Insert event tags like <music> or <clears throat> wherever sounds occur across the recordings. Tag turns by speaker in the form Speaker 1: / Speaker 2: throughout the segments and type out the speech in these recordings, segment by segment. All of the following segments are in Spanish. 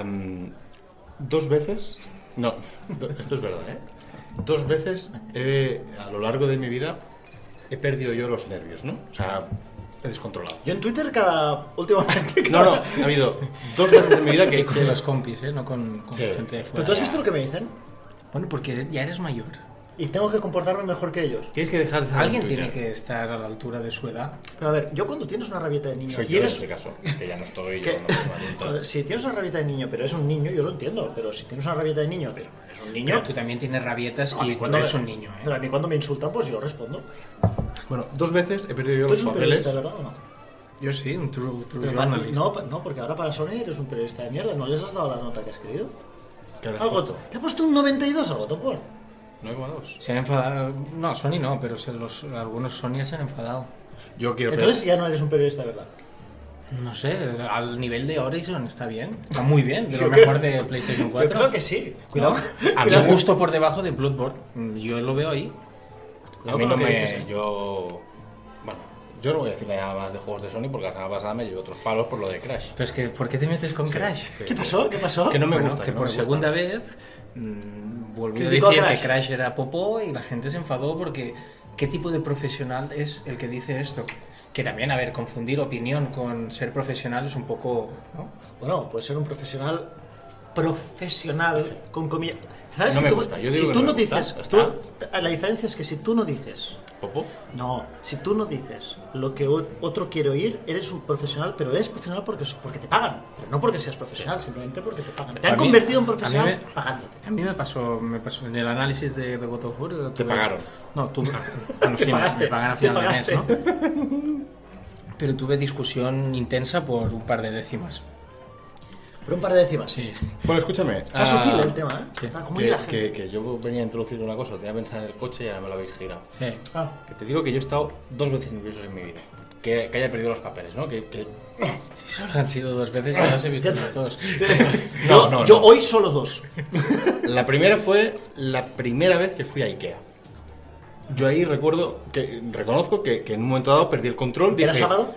Speaker 1: Am, dos veces, no, do- esto es verdad, ¿eh? Dos veces he- a lo largo de mi vida he perdido yo los nervios, ¿no? O sea, he descontrolado.
Speaker 2: Yo en Twitter cada. últimamente. <laughs>
Speaker 1: No,
Speaker 2: cada-
Speaker 1: no, ha habido dos veces en mi vida que...
Speaker 3: con
Speaker 1: que-
Speaker 3: los compis, ¿eh? No con, con
Speaker 1: Sí,
Speaker 3: gente
Speaker 1: sí.
Speaker 3: de
Speaker 2: Pero
Speaker 3: fuera.
Speaker 2: tú has visto lo que me dicen.
Speaker 3: Bueno, porque ya eres mayor.
Speaker 2: Y tengo que comportarme mejor que ellos.
Speaker 1: Tienes que dejar de hacer
Speaker 3: Alguien
Speaker 1: Twitter.
Speaker 3: tiene que estar a la altura de su edad.
Speaker 2: Pero a ver, yo cuando tienes una rabieta de niño.
Speaker 1: Soy
Speaker 2: y
Speaker 1: yo en
Speaker 2: eres-
Speaker 1: este caso, que ya no estoy
Speaker 2: ¿Qué?
Speaker 1: yo, no soy un adulto.
Speaker 2: Joder, Si tienes una rabieta de niño, pero es un niño, yo lo entiendo. Pero si tienes una rabieta de niño, pero es un niño.
Speaker 3: Pero tú también tienes rabietas
Speaker 2: a mí
Speaker 3: y cuando eres un niño,
Speaker 2: Pero a
Speaker 3: ¿eh?
Speaker 2: mí cuando me insultan, pues yo respondo.
Speaker 1: Bueno, dos veces he perdido yo los
Speaker 2: Tú eres un
Speaker 1: papeles.
Speaker 2: periodista, ¿verdad o Pues no?
Speaker 3: Yo sí, un true, true
Speaker 2: Pero para-
Speaker 3: journalist.
Speaker 2: no, pa- no, porque ahora para Sony eres un periodista de mierda. ¿No les has dado la nota que has querido?
Speaker 1: ¿Qué habrás
Speaker 2: Al
Speaker 1: puesto?
Speaker 2: Goto. Te ha puesto un 92 al Goto, Juan.
Speaker 1: 9,2.
Speaker 3: Se han enfadado. No, Sony no, pero se los, algunos Sony se han enfadado.
Speaker 1: Yo quiero...
Speaker 2: Entonces ya no eres un periodista de verdad.
Speaker 3: No sé, al nivel de Horizon está bien. Está
Speaker 2: <laughs>
Speaker 3: muy bien, de lo mejor de PlayStation 4.
Speaker 2: Yo creo que sí.
Speaker 3: Cuidado.
Speaker 2: Cuidado.
Speaker 3: A mi
Speaker 2: Cuidado.
Speaker 3: gusto por debajo de Bloodborne. Mm, Yo lo veo ahí.
Speaker 1: A mí
Speaker 2: con
Speaker 1: no
Speaker 2: lo que
Speaker 1: me.
Speaker 2: dices, ¿eh?
Speaker 1: Yo. Bueno, yo no voy a decir nada más de juegos de Sony porque la semana pasada me llevé otros palos por lo de Crash.
Speaker 3: Pero es que, ¿por qué te metes con Crash?
Speaker 1: Sí,
Speaker 2: ¿Qué
Speaker 1: sí.
Speaker 2: pasó? ¿Qué pasó?
Speaker 1: Que no me
Speaker 3: Bueno,
Speaker 1: gusta.
Speaker 3: Que
Speaker 1: no
Speaker 3: por
Speaker 1: me gusta.
Speaker 3: segunda vez mm, volvió a
Speaker 2: Criticó a
Speaker 3: decir
Speaker 2: Crash.
Speaker 3: que Crash era popó y la gente se enfadó porque ¿qué tipo de profesional es el que dice esto? Que también, a ver, confundir opinión con ser profesional es un poco... ¿no?
Speaker 2: Bueno, puede ser un profesional profesional con comillas. ¿Sabes
Speaker 1: No
Speaker 2: que
Speaker 1: me
Speaker 2: tú-
Speaker 1: gusta, yo
Speaker 2: si
Speaker 1: digo que
Speaker 2: tú
Speaker 1: no
Speaker 2: no
Speaker 1: me gusta,
Speaker 2: dices,
Speaker 1: ya
Speaker 2: tú-
Speaker 1: está.
Speaker 2: t- la diferencia es que si tú no dices,
Speaker 1: ¿Popo?
Speaker 2: no, si tú no dices lo que o- otro quiere oír, eres un profesional, pero eres profesional porque es- porque te pagan, pero no porque seas profesional, simplemente porque te pagan. Te
Speaker 3: A
Speaker 2: han
Speaker 3: mí-
Speaker 2: convertido en
Speaker 3: a mí
Speaker 2: profesional
Speaker 3: me-
Speaker 2: pagándote.
Speaker 3: A mí me pasó, me pasó en el análisis de, de God of War, tuve-
Speaker 1: Te pagaron.
Speaker 3: No, <laughs> tú bueno, sí, me-
Speaker 2: pagaste,
Speaker 3: me pagan a
Speaker 2: te
Speaker 3: final de mes, ¿no?
Speaker 2: pagaste.
Speaker 3: <laughs> Pero tuve discusión intensa por un par de décimas.
Speaker 2: Pero un par de décimas.
Speaker 3: Sí,
Speaker 1: Bueno, escúchame. ah,
Speaker 2: Está
Speaker 3: Ah,
Speaker 2: sutil el tema, ¿eh?
Speaker 3: sí.
Speaker 2: Está como
Speaker 1: Que,
Speaker 2: la
Speaker 1: que-
Speaker 2: gente.
Speaker 1: que yo venía a introducir una cosa, tenía pensado en el coche y ahora me lo habéis girado.
Speaker 3: sí.
Speaker 2: Ah,
Speaker 1: Que te digo que yo he estado dos veces nervioso en mi vida. Que, que haya perdido los papeles, ¿no? Que, que-
Speaker 3: Sí, solo han sido dos veces y las he visto
Speaker 2: Ya te-
Speaker 3: las dos.
Speaker 1: No,
Speaker 2: yo,
Speaker 1: no,
Speaker 2: yo
Speaker 1: no.
Speaker 2: hoy
Speaker 1: <laughs>
Speaker 2: solo dos.
Speaker 1: La primera fue la primera vez que fui a Ikea. Yo ahí recuerdo, que reconozco que, que en un momento dado perdí el control.
Speaker 2: ¿Era
Speaker 1: dije,
Speaker 2: sábado?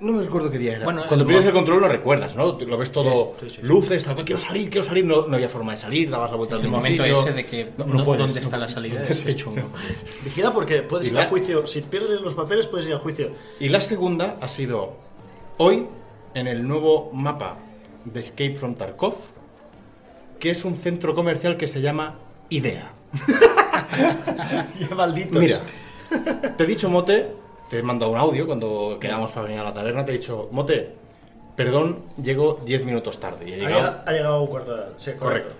Speaker 1: No me recuerdo qué día era.
Speaker 3: Bueno,
Speaker 1: Cuando
Speaker 3: el
Speaker 1: pierdes
Speaker 3: mo-
Speaker 1: el control lo recuerdas, ¿no? Lo ves todo
Speaker 2: Sí, sí, sí.
Speaker 1: luces, tal cual. Quiero salir, quiero salir. No, no había forma de salir, dabas la vuelta al
Speaker 3: El
Speaker 1: mismo
Speaker 3: momento
Speaker 1: sitio.
Speaker 3: ese de que
Speaker 1: No,
Speaker 3: no-
Speaker 1: no puedes,
Speaker 3: dónde
Speaker 1: no
Speaker 3: está la
Speaker 1: puedes.
Speaker 3: salida
Speaker 1: <laughs> Sí.
Speaker 3: es chungo.
Speaker 2: Vigila porque puedes
Speaker 1: Y
Speaker 2: ir
Speaker 1: la-
Speaker 2: a juicio. Si pierdes los papeles, puedes ir a juicio. <laughs>
Speaker 1: Y la segunda ha sido hoy en el nuevo mapa de Escape from Tarkov, que es un centro comercial que se llama Idea.
Speaker 2: Qué malditos.
Speaker 1: Mira, te he dicho, Mote, te he mandado un audio cuando quedamos para venir a la taberna, te he dicho, Mote, perdón, llego 10 minutos tarde. Y he
Speaker 2: Ha
Speaker 1: llegado
Speaker 2: llegado, ha llegado a un cuarto de hora. Sí, correcto.
Speaker 1: Correcto.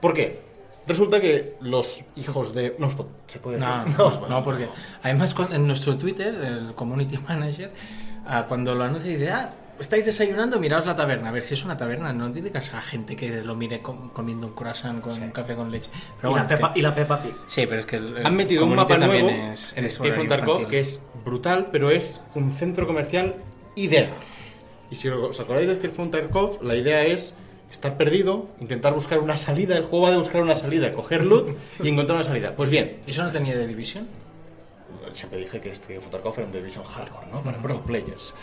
Speaker 1: ¿Por qué? Resulta que los hijos de. No, se puede decir.
Speaker 3: No, no, no, porque además con- en nuestro Twitter, el community <laughs> manager, ah, cuando lo anuncia dice, ah, estáis desayunando, miraos la taberna, a ver si es una taberna, no tiene que ser gente que lo mire com- comiendo un croissant con café con leche. Pero
Speaker 2: y,
Speaker 3: bueno,
Speaker 2: la
Speaker 3: es que-
Speaker 2: Peppa, y la Peppa Pig.
Speaker 3: Sí, pero es que el, el
Speaker 1: Han metido un
Speaker 3: community
Speaker 1: mapa
Speaker 3: también
Speaker 1: nuevo
Speaker 3: es-
Speaker 1: en
Speaker 3: es
Speaker 1: Escape from
Speaker 3: horario
Speaker 1: Tarkov
Speaker 3: infantil.
Speaker 1: que es brutal, pero es un centro comercial idea. Y si os acordáis de Escape from Tarkov, la idea es estar perdido, intentar buscar una salida. El juego va de buscar una salida, coger loot y encontrar una salida. Pues bien,
Speaker 3: ¿Eso no tenía de división?
Speaker 1: siempre dije que este Tarkov era un Division Hardcore, ¿no? Para pro players.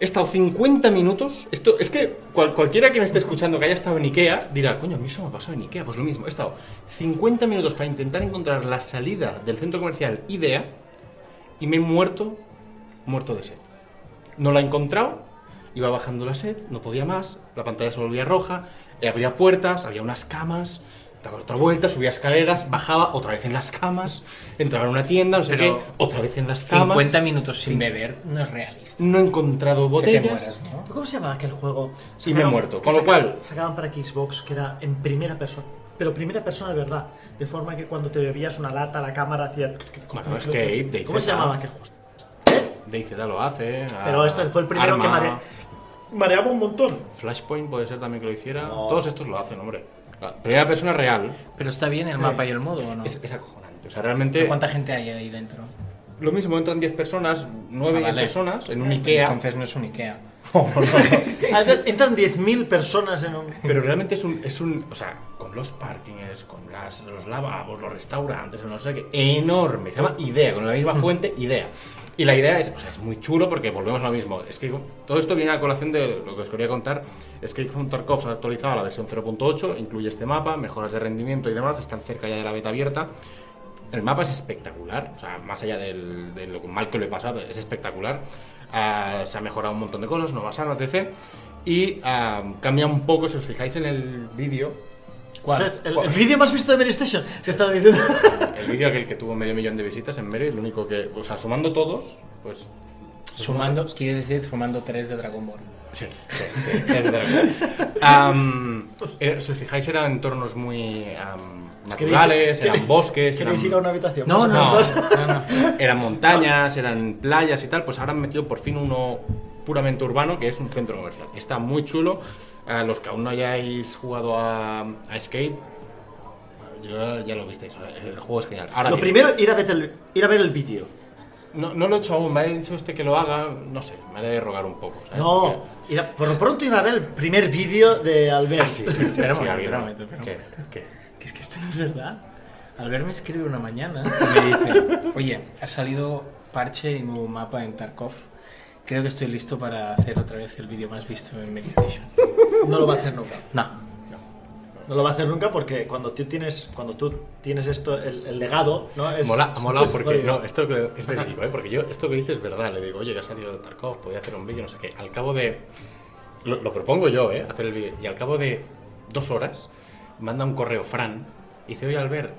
Speaker 1: He estado 50 minutos. Esto es que cual- cualquiera que me esté escuchando que haya estado en Ikea dirá, coño, a mí eso me ha pasado en Ikea. Pues lo mismo, he estado 50 minutos para intentar encontrar la salida del centro comercial Idea y me he muerto, muerto de sed. No la he encontrado, iba bajando la sed, no podía más, la pantalla se volvía roja, eh, abría puertas, había unas camas, daba otra vuelta, subía escaleras, bajaba otra vez en las camas, entraba en una tienda, no sé
Speaker 3: Pero
Speaker 1: qué, otra vez en las camas.
Speaker 3: 50 minutos sin beber no es realista.
Speaker 1: No he encontrado
Speaker 3: Que te
Speaker 1: botellas.
Speaker 3: mueras, ¿no?
Speaker 2: ¿Tú ¿Cómo se llamaba aquel juego?
Speaker 1: Sí, me he muerto. Con lo cual-
Speaker 2: Sacaban para Xbox que era en primera persona. Pero primera persona de verdad. De forma que cuando te bebías una lata, la cámara hacía.
Speaker 1: Bueno, es que Ape de
Speaker 2: ¿Cómo se
Speaker 1: IZ.
Speaker 3: "Ah".
Speaker 2: llamaba aquel juego?
Speaker 1: DayZ lo hace. a-
Speaker 2: Pero este fue el primero que
Speaker 1: Arma,
Speaker 2: mare- mareaba un montón.
Speaker 1: Flashpoint puede ser también que lo hiciera.
Speaker 2: No.
Speaker 1: Todos estos lo hacen, hombre. La primera persona real
Speaker 3: Pero está bien el mapa y el modo, ¿o no?
Speaker 1: Eh, es, es acojonante. O sea, realmente.
Speaker 3: ¿Cuánta gente hay ahí dentro?
Speaker 1: Lo mismo, entran 10 personas, 9 10
Speaker 3: Ah, vale. Oh,
Speaker 1: personas en un Ikea.
Speaker 3: <laughs> Entonces no es un Ikea.
Speaker 2: Ah, Entran 10.000 personas en un.
Speaker 1: Pero realmente es un, es un. O sea, con los parkings, con las, los lavabos, los restaurantes, no sé qué. Enorme. Se llama Idea, con la misma fuente, Idea. Y la idea es, o sea, es muy chulo porque volvemos a lo mismo. Es que todo esto viene a colación de lo que os quería contar. Es que Tarkov se ha actualizado a la versión 0.8, incluye este mapa, mejoras de rendimiento y demás, están cerca ya de la beta abierta. El mapa es espectacular, o sea, más allá del- de lo mal que lo he pasado, es espectacular. Ah, se ha mejorado un montón de cosas, nuevas armas, etc. Y ah, cambia un poco, si os fijáis en el vídeo,
Speaker 3: ¿Cuál?
Speaker 2: El, el vídeo más visto de Mary Station se estaba diciendo.
Speaker 1: el vídeo aquel que tuvo medio millón de visitas en Mary, el único que, o sea, sumando todos, pues
Speaker 3: Sumando, quieres decir sumando 3 de Dragon Ball.
Speaker 1: Sí, sí, sí, es verdad. Am, eh, si os fijáis, eran entornos muy am, naturales, eran
Speaker 2: queréis- <laughs>
Speaker 1: bosques, eran,
Speaker 2: ¿Queréis ir a una habitación? Pues
Speaker 3: No,
Speaker 1: no,
Speaker 3: no, no, no.
Speaker 1: eran montañas, eran playas y tal. Pues ahora han metido por fin uno puramente urbano, que es un centro comercial. Está muy chulo. A los que aún no hayáis jugado a, a Escape, ya, ya lo visteis. El juego es genial. Ahora
Speaker 2: Lo
Speaker 1: bien,
Speaker 2: primero, ir a ver el, ir a ver el vídeo.
Speaker 1: No, no lo he hecho aún, me ha dicho este que lo haga. No sé, me ha de rogar un poco. ¿sabes? Porque-
Speaker 2: No, ir a- por lo pronto ir a ver el primer vídeo de Albert.
Speaker 1: Ah, sí, sí, sí,
Speaker 3: Espera un
Speaker 1: sí,
Speaker 3: momento,
Speaker 1: alguien-
Speaker 3: espera un momento, espera un
Speaker 1: ¿Qué?
Speaker 3: momento.
Speaker 1: ¿Qué?
Speaker 3: <laughs> Que es que esto no es verdad. Albert me escribe una mañana y me dice, oye, ha salido parche y nuevo mapa en Tarkov. Creo que estoy listo para hacer otra vez el vídeo más visto en Mary Station.
Speaker 2: No lo va a hacer nunca.
Speaker 3: No.
Speaker 2: No lo va a hacer nunca porque cuando tú tienes, cuando tú tienes esto, el, el legado, ¿no? Es, Pues,
Speaker 1: Mola, ha molado porque
Speaker 2: Oye,
Speaker 1: no, esto que- es verídico, ¿eh? porque yo esto que dices es verdad, le digo, oye, que ha salido de Tarkov, podía hacer un vídeo, no sé qué. Al cabo de. Lo, lo propongo yo, ¿eh? Hacer el vídeo. Y al cabo de dos horas, manda un correo Fran y dice, oye, Albert,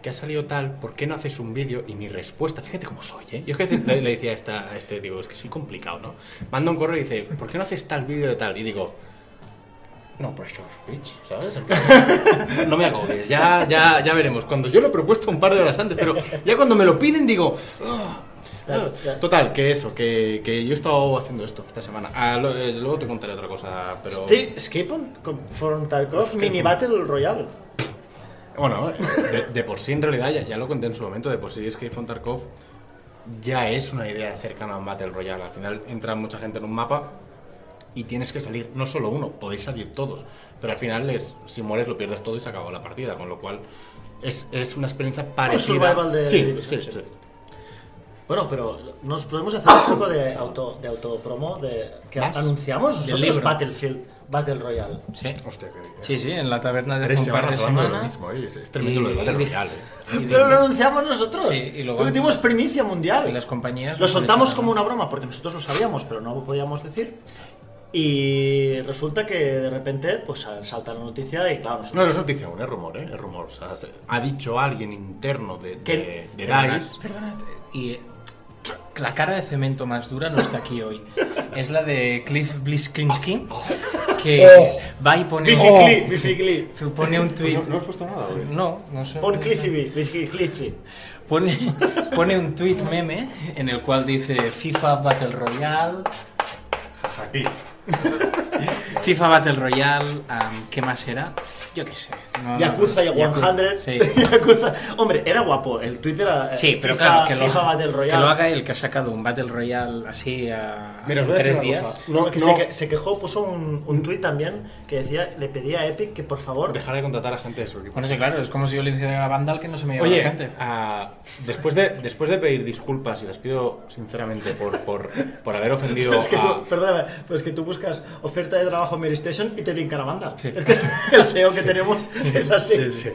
Speaker 1: que ha salido tal, ¿por qué no haces un vídeo? Y mi respuesta, fíjate cómo soy, ¿eh? Yo es que le, le decía a, esta, a este, digo, es que soy complicado, ¿no? Manda un correo y dice, ¿por qué no haces tal vídeo de tal? Y digo, no pressure, bitch, ¿sabes? En plan, <laughs> No me agobies, ya, ya, ya veremos. Cuando yo lo he propuesto un par de horas antes, pero ya cuando me lo piden digo... "Ah".
Speaker 2: Claro, claro.
Speaker 1: Total, que eso, que, que yo he estado haciendo esto esta semana. Ah, lo- eh, luego te contaré otra cosa, pero...
Speaker 2: Este Escape on- con- from Tarkov
Speaker 1: Escape
Speaker 2: Mini
Speaker 1: from-
Speaker 2: Battle Royale.
Speaker 1: Bueno, eh, de, de por sí en realidad, ya, ya lo conté en su momento, de por sí es que von Tarkov ya es una idea cercana a un Battle Royale. Al final entra mucha gente en un mapa y tienes que salir, no solo uno, podéis salir todos, pero al final es, si mueres lo pierdes todo y se acabó la partida, con lo cual es, es una experiencia parecida.
Speaker 2: survival de-
Speaker 1: sí,
Speaker 2: de-
Speaker 1: sí, sí, sí.
Speaker 2: Bueno, pero nos podemos hacer un poco de auto de autopromo de que
Speaker 1: ¿Vas?
Speaker 2: anunciamos
Speaker 3: Del
Speaker 2: nosotros
Speaker 3: libro.
Speaker 2: Battlefield Battle Royale.
Speaker 3: Sí.
Speaker 1: Hostia, que...
Speaker 3: Sí, sí, en la taberna de hace un par de semanas.
Speaker 1: es, es tremendo lo de
Speaker 3: Y-
Speaker 1: Battle Royale. eh.
Speaker 3: y dije-
Speaker 2: Pero lo anunciamos nosotros.
Speaker 3: Sí, y luego-
Speaker 2: Porque tuvimos primicia mundial.
Speaker 3: y las compañías
Speaker 2: Lo
Speaker 3: nos
Speaker 2: soltamos
Speaker 3: echaron.
Speaker 2: como una broma porque nosotros lo sabíamos, pero no lo podíamos decir. Y resulta que de repente pues salta la noticia y claro,
Speaker 1: No,
Speaker 2: nosotros
Speaker 1: no es noticia aún, es rumor, ¿eh? Es rumor. O sea, se- ha dicho alguien interno de, de,
Speaker 2: ¿Qué?
Speaker 1: de
Speaker 3: Perdonad,
Speaker 1: DICE
Speaker 3: perdonad, Y eh, la cara de cemento más dura no está aquí hoy. Es la de Cliff Bliskinsky, que va y pone,
Speaker 2: Biffy Cli- Biffy Cli.
Speaker 3: pone un tweet.
Speaker 1: has puesto nada, güey.
Speaker 3: No, no sé.
Speaker 2: Pon Cliffy B, Biffy Cliffy.
Speaker 3: Pone, pone un tweet meme en el cual dice FIFA Battle Royale.
Speaker 1: Aquí.
Speaker 3: FIFA Battle Royale, am, ¿qué más era? Yo qué sé. no- no-
Speaker 2: Ah, Yakuza y
Speaker 3: Yakuza,
Speaker 2: 100.
Speaker 3: Sí.
Speaker 2: <laughs> Yakuza. Hombre, era guapo. El Twitter era eh,
Speaker 3: Sí, pero
Speaker 2: FIFA,
Speaker 3: claro, que lo,
Speaker 2: FIFA Battle Royale.
Speaker 3: que lo haga él, que ha sacado un Battle Royale así a,
Speaker 1: Mira, os
Speaker 3: en
Speaker 1: voy a decir
Speaker 3: tres
Speaker 1: una
Speaker 3: días.
Speaker 1: cosa.
Speaker 2: No,
Speaker 1: No,
Speaker 2: que
Speaker 1: no.
Speaker 2: Se, que- se quejó, puso un, un tuit también que decía, le pedía a Epic que por favor.
Speaker 1: Dejar de contratar a gente de su equipo.
Speaker 3: Bueno, sí, claro, es como si yo le dijera a la banda al que no se me lleva
Speaker 1: Oye,
Speaker 3: la gente.
Speaker 1: ah, después, de, después de pedir disculpas, y las pido sinceramente por, por, por haber ofendido
Speaker 2: <laughs> <laughs> Es que tú,
Speaker 1: a...
Speaker 2: perdóname, pero es que tú buscas oferta de trabajo en Mary Station y te linka la banda.
Speaker 3: Sí.
Speaker 2: Es que es- <laughs> el SEO que tenemos es
Speaker 1: Sí,
Speaker 2: así.
Speaker 1: sí.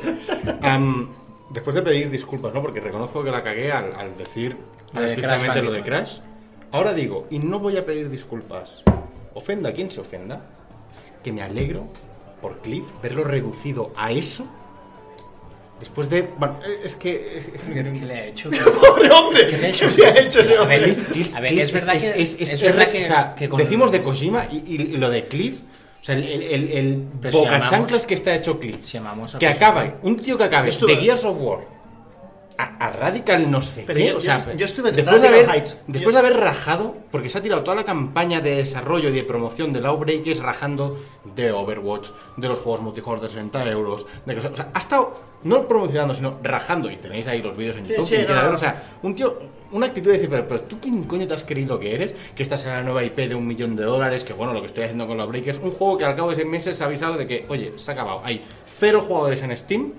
Speaker 1: Am, después de pedir disculpas, ¿no? Porque reconozco que la cagué al, al decir
Speaker 3: Lo de
Speaker 1: explícitamente
Speaker 3: Crash
Speaker 1: lo de Crash. Ahora digo, y no voy a pedir disculpas, ofenda a quien se ofenda, que me alegro por Cliff verlo reducido a eso. Después de. Bueno, es que. es que-
Speaker 3: ¿Qué le ha hecho?
Speaker 2: ¡Pobre hombre!
Speaker 3: ¿Qué te ha hecho?
Speaker 2: ¿Qué te ha hecho ese
Speaker 3: A ver,
Speaker 2: hombre?
Speaker 3: A ver, es verdad que- es
Speaker 1: es
Speaker 3: verdad
Speaker 1: re-
Speaker 3: que-
Speaker 1: o sea,
Speaker 3: que con-
Speaker 1: decimos de Kojima y, y- y lo de Cliff. O sea, el, el, el- el
Speaker 3: Pero si
Speaker 1: bocachanclas
Speaker 3: llamamos-
Speaker 1: que está hecho Cliff.
Speaker 3: Si llamamos a
Speaker 1: que
Speaker 3: Kojima.
Speaker 1: acabe, un tío que acabe
Speaker 2: Estuve-
Speaker 1: de Gears of War a, a Radical no sé
Speaker 2: Pero
Speaker 1: qué.
Speaker 2: yo-
Speaker 1: o sea,
Speaker 2: yo- yo estuve en
Speaker 1: después de,
Speaker 2: Radical
Speaker 1: haber,
Speaker 2: Heights.
Speaker 1: después
Speaker 2: Yo-
Speaker 1: de haber rajado, porque se ha tirado toda la campaña de desarrollo y de promoción de Lawbreakers rajando de Overwatch, de los juegos multijugador de 60 euros. De, cosas- o sea, ha estado no promocionando, sino rajando. Y tenéis ahí los vídeos en
Speaker 2: Sí,
Speaker 1: YouTube.
Speaker 2: sí,
Speaker 1: quien quiera verlo.
Speaker 2: no, no.
Speaker 1: O sea, un tío, una actitud de decir, pero, pero tú quién coño te has creído que eres, que estás en la nueva IP de un millón de dólares, que bueno, lo que estoy haciendo con Lawbreakers, un juego que al cabo de seis meses ha avisado de que, oye, se ha acabado. Hay cero jugadores en Steam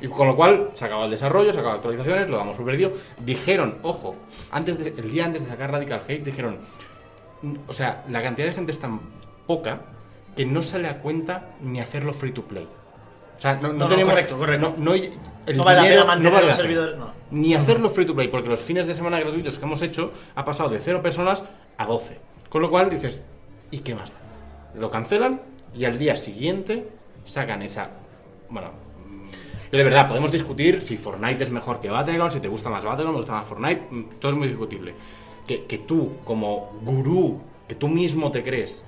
Speaker 1: Y con lo cual se acaba el desarrollo, se acaban las actualizaciones, lo damos por perdido. Dijeron, ojo, antes de- el día antes de sacar Radical Hate, dijeron, n- o sea, la cantidad de gente es tan poca que no sale a cuenta ni hacerlo free to play. O sea, no, no
Speaker 2: No, no,
Speaker 1: tenemos.
Speaker 2: correcto, correcto.
Speaker 1: No, no- el
Speaker 2: No vale la
Speaker 1: dinero
Speaker 2: pena mantener
Speaker 1: vale
Speaker 2: los
Speaker 1: la pena.
Speaker 2: servidores, no.
Speaker 1: Ni hacerlo free to play, porque los fines de semana gratuitos que hemos hecho ha pasado de 0 personas a 12. Con lo cual dices, ¿y qué más da? Lo cancelan y al día siguiente sacan esa. Bueno, mm, yo de verdad, podemos discutir si Fortnite es mejor que Battleground, si te gusta más Battleground, me gusta más Fortnite, mm, todo es muy discutible. Que, que tú, como gurú, que tú mismo te crees,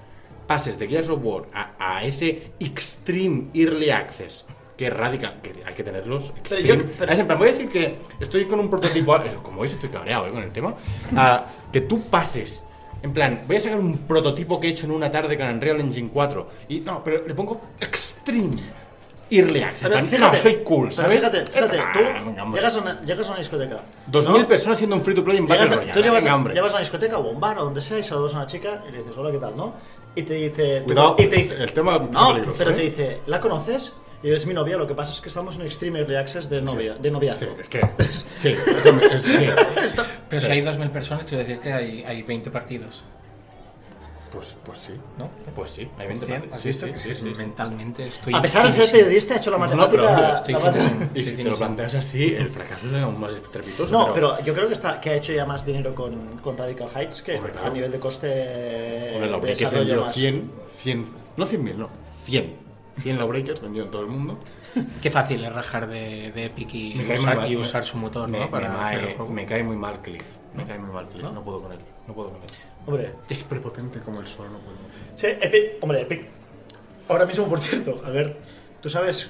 Speaker 1: pases de Gears of War a, a ese Extreme Early Access, que es radical, que hay que tenerlos
Speaker 2: Pero
Speaker 1: Steam.
Speaker 2: yo- pero-
Speaker 1: Ah, es en plan, voy a decir que estoy con un prototipo. <laughs> ahora- Como veis, estoy cabreado eh, con el tema. Ah, que tú pases. En plan, voy a sacar un prototipo que he hecho en una tarde con Unreal Engine 4. Y no, pero le pongo Extreme Early Access. En
Speaker 2: Pero
Speaker 1: plan,
Speaker 2: fíjate,
Speaker 1: no, soy cool,
Speaker 2: pero
Speaker 1: ¿sabes?
Speaker 2: Fíjate, fíjate,
Speaker 1: Ah, venga,
Speaker 2: tú
Speaker 1: hombre.
Speaker 2: llegas a una, llegas a una discoteca.
Speaker 1: 2000
Speaker 2: ¿no?
Speaker 1: personas siendo un free to play en Battle
Speaker 2: Llegas a,
Speaker 1: Royale.
Speaker 2: tú llevas,
Speaker 1: venga,
Speaker 2: a-
Speaker 1: hombre.
Speaker 2: llevas a una discoteca o a un bar o donde sea y saludas a una chica y le dices, hola, ¿qué tal? ¿No? Y te dice. tú-
Speaker 1: Cuidado,
Speaker 2: y te dice
Speaker 1: el tema es muy
Speaker 2: No,
Speaker 1: peligroso,
Speaker 2: pero
Speaker 1: ¿eh?
Speaker 2: te dice, ¿la conoces? Y yo, es mi novia, lo que pasa es que estamos en Extreme Early Access de, novia, de
Speaker 1: Sí,
Speaker 2: noviazgo.
Speaker 1: es que. Sí, es que- es- sí.
Speaker 3: Pero
Speaker 1: Sí.
Speaker 3: si hay 2.000 personas, quiero decir que hay, hay 20 partidos,
Speaker 1: Pues, pues sí.
Speaker 3: ¿no?
Speaker 1: Pues sí, hay 20
Speaker 3: Cien, ¿Ah,
Speaker 1: partidos.
Speaker 3: ¿Has
Speaker 1: Sí,
Speaker 3: visto?
Speaker 1: sí,
Speaker 3: que
Speaker 1: sí, sí, sí.
Speaker 3: Mentalmente estoy.
Speaker 2: A pesar de ser
Speaker 3: finísimo.
Speaker 2: periodista, ha hecho la
Speaker 1: No,
Speaker 2: matemática.
Speaker 1: pero
Speaker 3: estoy
Speaker 2: la mate-
Speaker 3: finísimo.
Speaker 1: Y si te lo planteas así, el fracaso es aún más estrepitoso.
Speaker 2: No, pero yo creo que, está, que ha hecho ya más dinero con, con Radical Heights que
Speaker 1: Hombre, claro.
Speaker 2: a nivel de coste.
Speaker 1: Hombre,
Speaker 2: de
Speaker 1: Lawbreakers
Speaker 2: desarrollo
Speaker 1: vendió
Speaker 2: eh, más.
Speaker 1: 100, 100, no 100.000, no, 100. 100 Lawbreakers vendió en todo el mundo.
Speaker 3: Qué fácil es rajar de, de Epic y
Speaker 1: Me cae muy
Speaker 3: usar,
Speaker 1: mal,
Speaker 3: y
Speaker 1: me-
Speaker 3: usar su motor,
Speaker 1: me,
Speaker 3: ¿no? eh, Para
Speaker 1: me
Speaker 3: hacer el
Speaker 1: cae,
Speaker 3: juego.
Speaker 1: me cae muy mal Cliff, me cae muy mal Cliff, no, puedo con él, no puedo con él.
Speaker 2: Hombre,
Speaker 1: Es prepotente como el sol, no puedo.
Speaker 2: sí, Epic. Hombre, Epic. Ahora mismo, por cierto, a ver, tú sabes.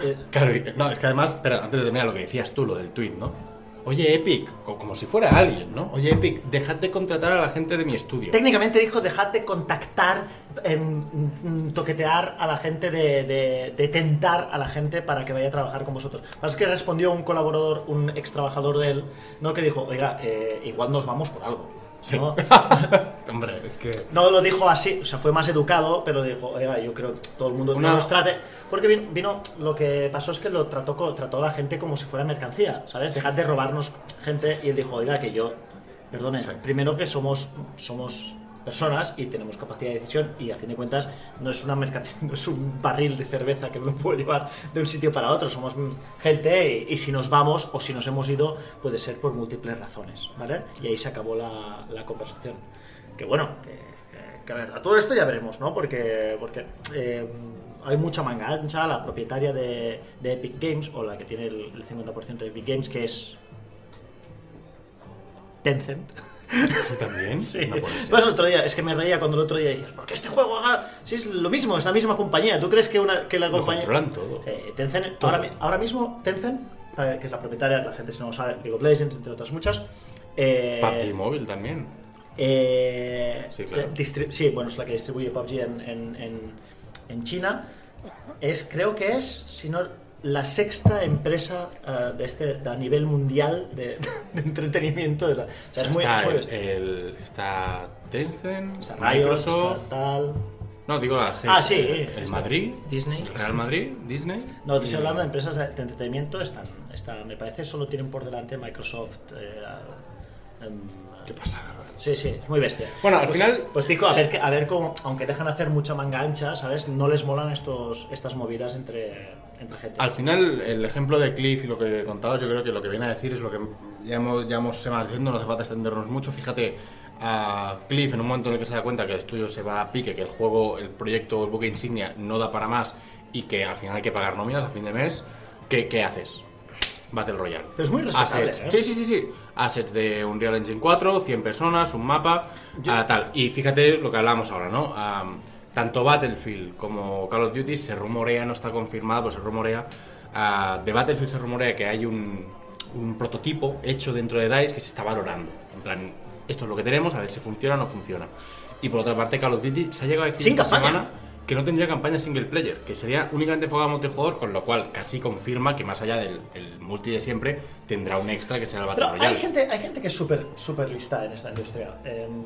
Speaker 2: eh,
Speaker 1: Claro, y- no, es que además, espera, antes de terminar lo que decías tú, lo del tweet, ¿no? Oye, Epic, co- como si fuera alguien, ¿no? Oye, Epic, dejad de contratar a la gente de mi estudio.
Speaker 2: Técnicamente dijo, dejad de contactar, em, mm, toquetear a la gente, de, de- de tentar a la gente para que vaya a trabajar con vosotros. Lo que pasa es que respondió un colaborador, un ex trabajador de él, ¿no? que dijo, oiga, eh, igual nos vamos por algo. ¿no?
Speaker 1: Hombre, es que...
Speaker 2: No lo dijo así, o sea, fue más educado, pero dijo, oiga, yo creo que todo el mundo
Speaker 1: Una-
Speaker 2: no nos trate. Porque vino, vino- lo que pasó es que lo trató, co- trató a la gente como si fuera mercancía, ¿sabes? Dejad de robarnos gente. Y él dijo, oiga, que yo, perdone,
Speaker 1: Sí.
Speaker 2: primero que somos, somos personas y tenemos capacidad de decisión y a fin de cuentas no es una mercancía, <laughs> no es un barril de cerveza que me lo puedo llevar de un sitio para otro, somos mm, gente y, y si nos vamos o si nos hemos ido puede ser por múltiples razones, ¿vale? Y ahí se acabó la, la conversación. Que bueno, que, Eh, que- que a ver, a todo esto ya veremos, ¿no? Porque, porque eh, hay mucha manga ancha, la propietaria de, de Epic Games o la que tiene el, el 50% de Epic Games que es Tencent.
Speaker 1: ¿Tú también?
Speaker 2: <laughs> Sí.
Speaker 1: No puede <laughs> ser.
Speaker 2: Pues el otro día, es que me reía cuando el otro día decías, ¿por qué este juego haga? Si es lo mismo, es la misma compañía. ¿Tú crees que, una, que la
Speaker 1: Lo
Speaker 2: compañía.
Speaker 1: controlan todo.
Speaker 2: Eh, Tencent, ahora, mi- ahora mismo, Tencent, eh, que es la propietaria, la gente si no lo sabe, League of Legends, entre otras muchas. eh,
Speaker 1: PUBG Mobile también.
Speaker 2: eh,
Speaker 1: Sí, claro.
Speaker 2: eh, distri- sí, bueno, es la que distribuye PUBG en, en- en- en China. Es, creo que es, si no, la sexta empresa eh, de este, de a nivel mundial de, <laughs> de entretenimiento. de la- o sea, es muy-
Speaker 1: está,
Speaker 2: es muy-
Speaker 1: el, el- está Tencent,
Speaker 2: Está Riot,
Speaker 1: Microsoft.
Speaker 2: está tal.
Speaker 1: No, digo las seis.
Speaker 2: Ah, sí,
Speaker 1: El, el
Speaker 2: está.
Speaker 1: Madrid,
Speaker 3: Disney.
Speaker 1: el Real Madrid, Disney.
Speaker 2: No, te estoy
Speaker 1: y-
Speaker 2: hablando de empresas de de entretenimiento. Están, está- me parece solo tienen por delante Microsoft. eh, em,
Speaker 1: Qué pasada, ¿verdad?
Speaker 2: Sí, sí, es muy bestia.
Speaker 1: Bueno, al
Speaker 2: Pues-
Speaker 1: final- eh,
Speaker 2: Pues dijo, a ver, que- a ver cómo, aunque dejan hacer mucha manga ancha, ¿sabes? No les molan estos, estas movidas entre, entre gente.
Speaker 1: Al final, el ejemplo de Cliff y lo que contabas, yo creo que lo que viene a decir es lo que ya hemos, ya hemos semana diciendo, no hace falta extendernos mucho. Fíjate a Cliff en un momento en el que se da cuenta que el estudio se va a pique, que el juego, el proyecto, el buque insignia no da para más y que al final hay que pagar nóminas a fin de mes. ¿Qué, qué haces? Battle Royale.
Speaker 2: Pero es muy respetable,
Speaker 1: Assets. Sí,
Speaker 2: ¿eh?
Speaker 1: sí, sí, sí. Assets de Unreal Engine 4, 100 personas, un mapa, ah, tal. Y fíjate lo que hablábamos ahora, ¿no? Am, tanto Battlefield como Call of Duty se rumorea, no está confirmado, pero se rumorea. ah, de Battlefield se rumorea que hay un, un prototipo hecho dentro de DICE que se está valorando. En plan, esto es lo que tenemos, a ver si funciona o no funciona. Y por otra parte, Call of Duty se ha llegado a decir
Speaker 2: Sin
Speaker 1: esta
Speaker 2: campaña.
Speaker 1: semana que no tendría campaña single player, que sería únicamente enfocada a multijugador, con lo cual casi confirma que más allá del, del multi de siempre, tendrá un extra que será el Battle
Speaker 2: Pero
Speaker 1: Royale.
Speaker 2: hay gente, hay gente que es súper súper lista en esta industria. Em,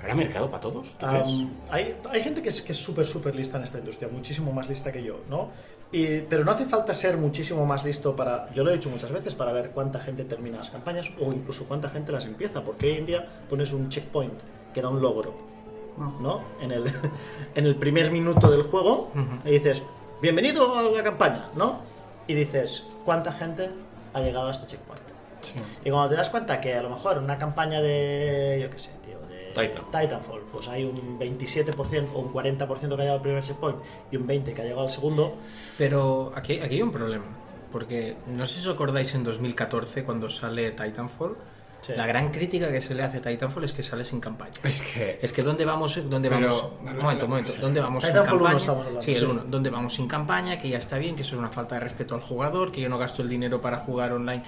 Speaker 1: ¿Habrá mercado para todos? ¿Tú crees?
Speaker 2: Am, hay, hay gente que es que es súper, súper lista en esta industria, muchísimo más lista que yo, ¿no? Y- pero no hace falta ser muchísimo más listo para, yo lo he dicho muchas veces, para ver cuánta gente termina las campañas o incluso cuánta gente las empieza, porque hoy en día pones un checkpoint que da un logro, ¿no? En el, <laughs> en el primer minuto del juego
Speaker 3: Ujú.
Speaker 2: y dices, bienvenido a la campaña, ¿no? Y dices, ¿cuánta gente ha llegado a este checkpoint? Y cuando te das cuenta que a lo mejor en una campaña de, yo qué sé, tío, de
Speaker 1: Titan.
Speaker 2: Titanfall, pues hay un 27% o un 40% que ha llegado al primer checkpoint y un 20% que ha llegado al segundo,
Speaker 3: Pero aquí, aquí hay un problema. Porque no sé si os acordáis en 2014 cuando sale Titanfall.
Speaker 2: Sí.
Speaker 3: La gran crítica que se le hace a Titanfall es que sale sin campaña.
Speaker 1: Es que.
Speaker 3: Es que dónde vamos, dónde
Speaker 1: Pero-
Speaker 3: vamos. Un momento, un momento. ¿Dónde vamos sin
Speaker 2: Titanfall uno
Speaker 3: campaña?
Speaker 2: estamos hablando,
Speaker 3: sí,
Speaker 2: sí.
Speaker 3: el 1. ¿Dónde vamos sin campaña? Que ya está bien, que eso es una falta de respeto al jugador, que yo no gasto el dinero para jugar online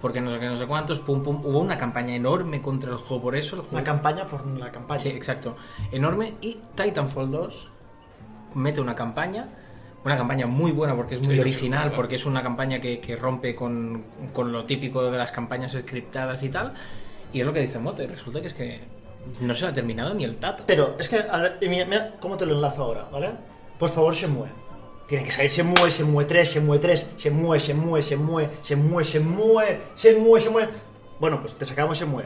Speaker 3: porque no sé qué, no sé cuántos. Pum, pum. Hubo una campaña enorme contra el juego por eso. El juego-
Speaker 2: la campaña por la campaña.
Speaker 3: Mm. Sí, exacto. Enorme. Y Titanfall 2 mete una campaña. Una campaña muy buena porque es muy
Speaker 1: Sí,
Speaker 3: original,
Speaker 1: es muy
Speaker 3: porque es una campaña que, que rompe con, con lo típico de las campañas scriptadas y tal. Y es lo que dice Mote, resulta que es que no se la ha terminado ni el tato.
Speaker 2: Pero es que, a ver, y mira, mira cómo te lo enlazo ahora, ¿vale? Por favor, Shenmue. Tiene que salir Shenmue, Shenmue 3, Shenmue 3, Shenmue, Shenmue, Shenmue, Shenmue, Shenmue, Shenmue, Shenmue. Bueno, pues te sacamos Shenmue.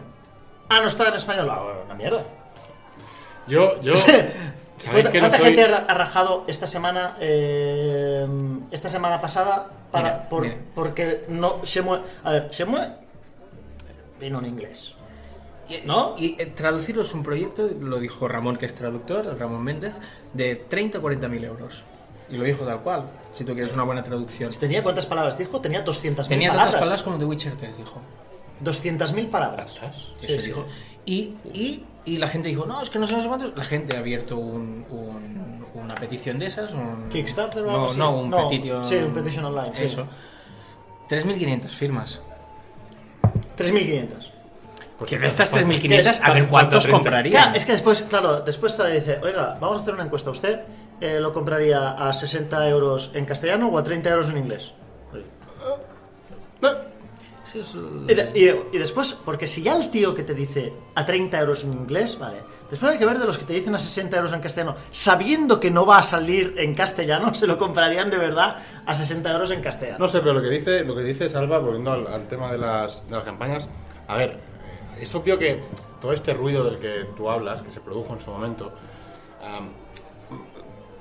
Speaker 2: Ah, no está en español. Ah, bueno, una mierda.
Speaker 1: Yo, yo. ¿Sabéis
Speaker 2: <laughs> ¿Cuánta,
Speaker 1: que no
Speaker 2: cuánta
Speaker 1: soy-
Speaker 2: gente ha ra- ha rajado esta semana, eh, esta semana pasada, para,
Speaker 3: Mira,
Speaker 2: por-
Speaker 3: mira.
Speaker 2: porque no se mueve? A ver, se mueve. Vino en inglés.
Speaker 3: Y-
Speaker 2: ¿No?
Speaker 3: Y, eh, traducirlo es un proyecto, lo dijo Ramón, que es traductor, Ramón Méndez, de 30 o 40 mil euros. Y lo dijo tal cual, si tú quieres una buena traducción.
Speaker 2: ¿Tenía cuántas palabras? Dijo, tenía 200.000
Speaker 3: Tenía tantas
Speaker 2: Este palabras.
Speaker 3: palabras como The Witcher 3, dijo.
Speaker 2: 200.000 palabras.
Speaker 3: Eso
Speaker 2: Sí, sí.
Speaker 3: dijo. Y, y- y la gente dijo, no, es que no sé no sé cuántos. La gente ha abierto un- un- una petición de esas. Un,
Speaker 2: Kickstarter o algo
Speaker 3: No,
Speaker 2: así.
Speaker 3: no, un
Speaker 2: No,
Speaker 3: petition.
Speaker 2: sí, un petition online, sí.
Speaker 3: Eso. 3.500 firmas.
Speaker 2: 3.500. Pues
Speaker 3: Que de estas
Speaker 1: falta-
Speaker 3: 3.500, a
Speaker 1: falta-
Speaker 3: ver cuántos
Speaker 1: falta 30.
Speaker 3: comprarían.
Speaker 2: Ya, es que después, claro, después te dice, oiga, vamos a hacer una encuesta. ¿Usted eh, lo compraría a 60 euros en castellano o a 30 euros en inglés?
Speaker 3: Sí, es-
Speaker 2: Y, de- y de- y después, porque si ya el tío que te dice a 30 euros en inglés, vale. Después hay que ver de los que te dicen a 60 euros en castellano, sabiendo que no va a salir en castellano, <laughs> se lo comprarían de verdad a 60 euros en castellano.
Speaker 1: No sé, pero lo que dice, lo que dice Salva, volviendo al, al tema de las, de las campañas, a ver, eh, es obvio que todo este ruido del que tú hablas, que se produjo en su momento, am,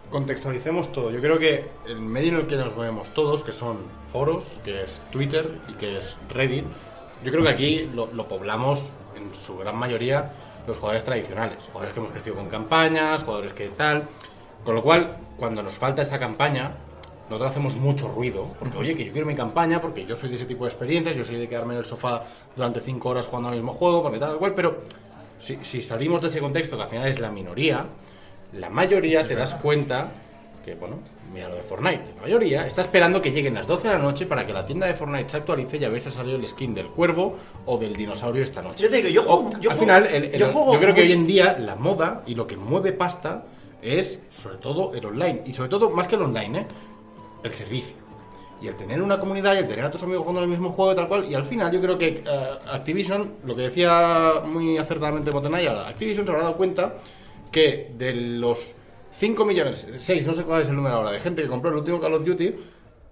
Speaker 1: contextualicemos todo. Yo creo que el medio en el que nos movemos todos, que son foros, que es Twitter y que es Reddit, yo creo que aquí lo, lo poblamos en su gran mayoría los jugadores tradicionales, jugadores que hemos crecido con campañas, jugadores que tal. Con lo cual, cuando nos falta esa campaña, nosotros hacemos mucho ruido, porque oye, que yo quiero mi campaña, porque yo soy de ese tipo de experiencias, yo soy de quedarme en el sofá durante 5 horas jugando al mismo juego, porque tal, igual, pero si, si salimos de ese contexto, que al final es la minoría, la mayoría te das cuenta que, bueno, mira lo de Fortnite, la mayoría está esperando que lleguen las 12 de la noche para que la tienda de Fortnite se actualice y a ver si ha salido el skin del cuervo o del dinosaurio esta noche.
Speaker 2: Yo te digo, yo juego-
Speaker 1: O,
Speaker 2: yo
Speaker 1: al
Speaker 2: juego-
Speaker 1: final, el- el-
Speaker 2: yo
Speaker 1: yo,
Speaker 2: juego
Speaker 1: creo que hoy
Speaker 2: mucho-
Speaker 1: en día la moda y lo que mueve pasta es sobre todo el online, y sobre todo, más que el online, ¿eh? el servicio. Y el tener una comunidad y el tener a tus amigos jugando el mismo juego, tal cual. Y al final, yo creo que eh, Activision, lo que decía muy acertadamente Motenaya, Activision se habrá dado cuenta que de los 5 millones, 6, no sé cuál es el número ahora, de gente que compró el último Call of Duty,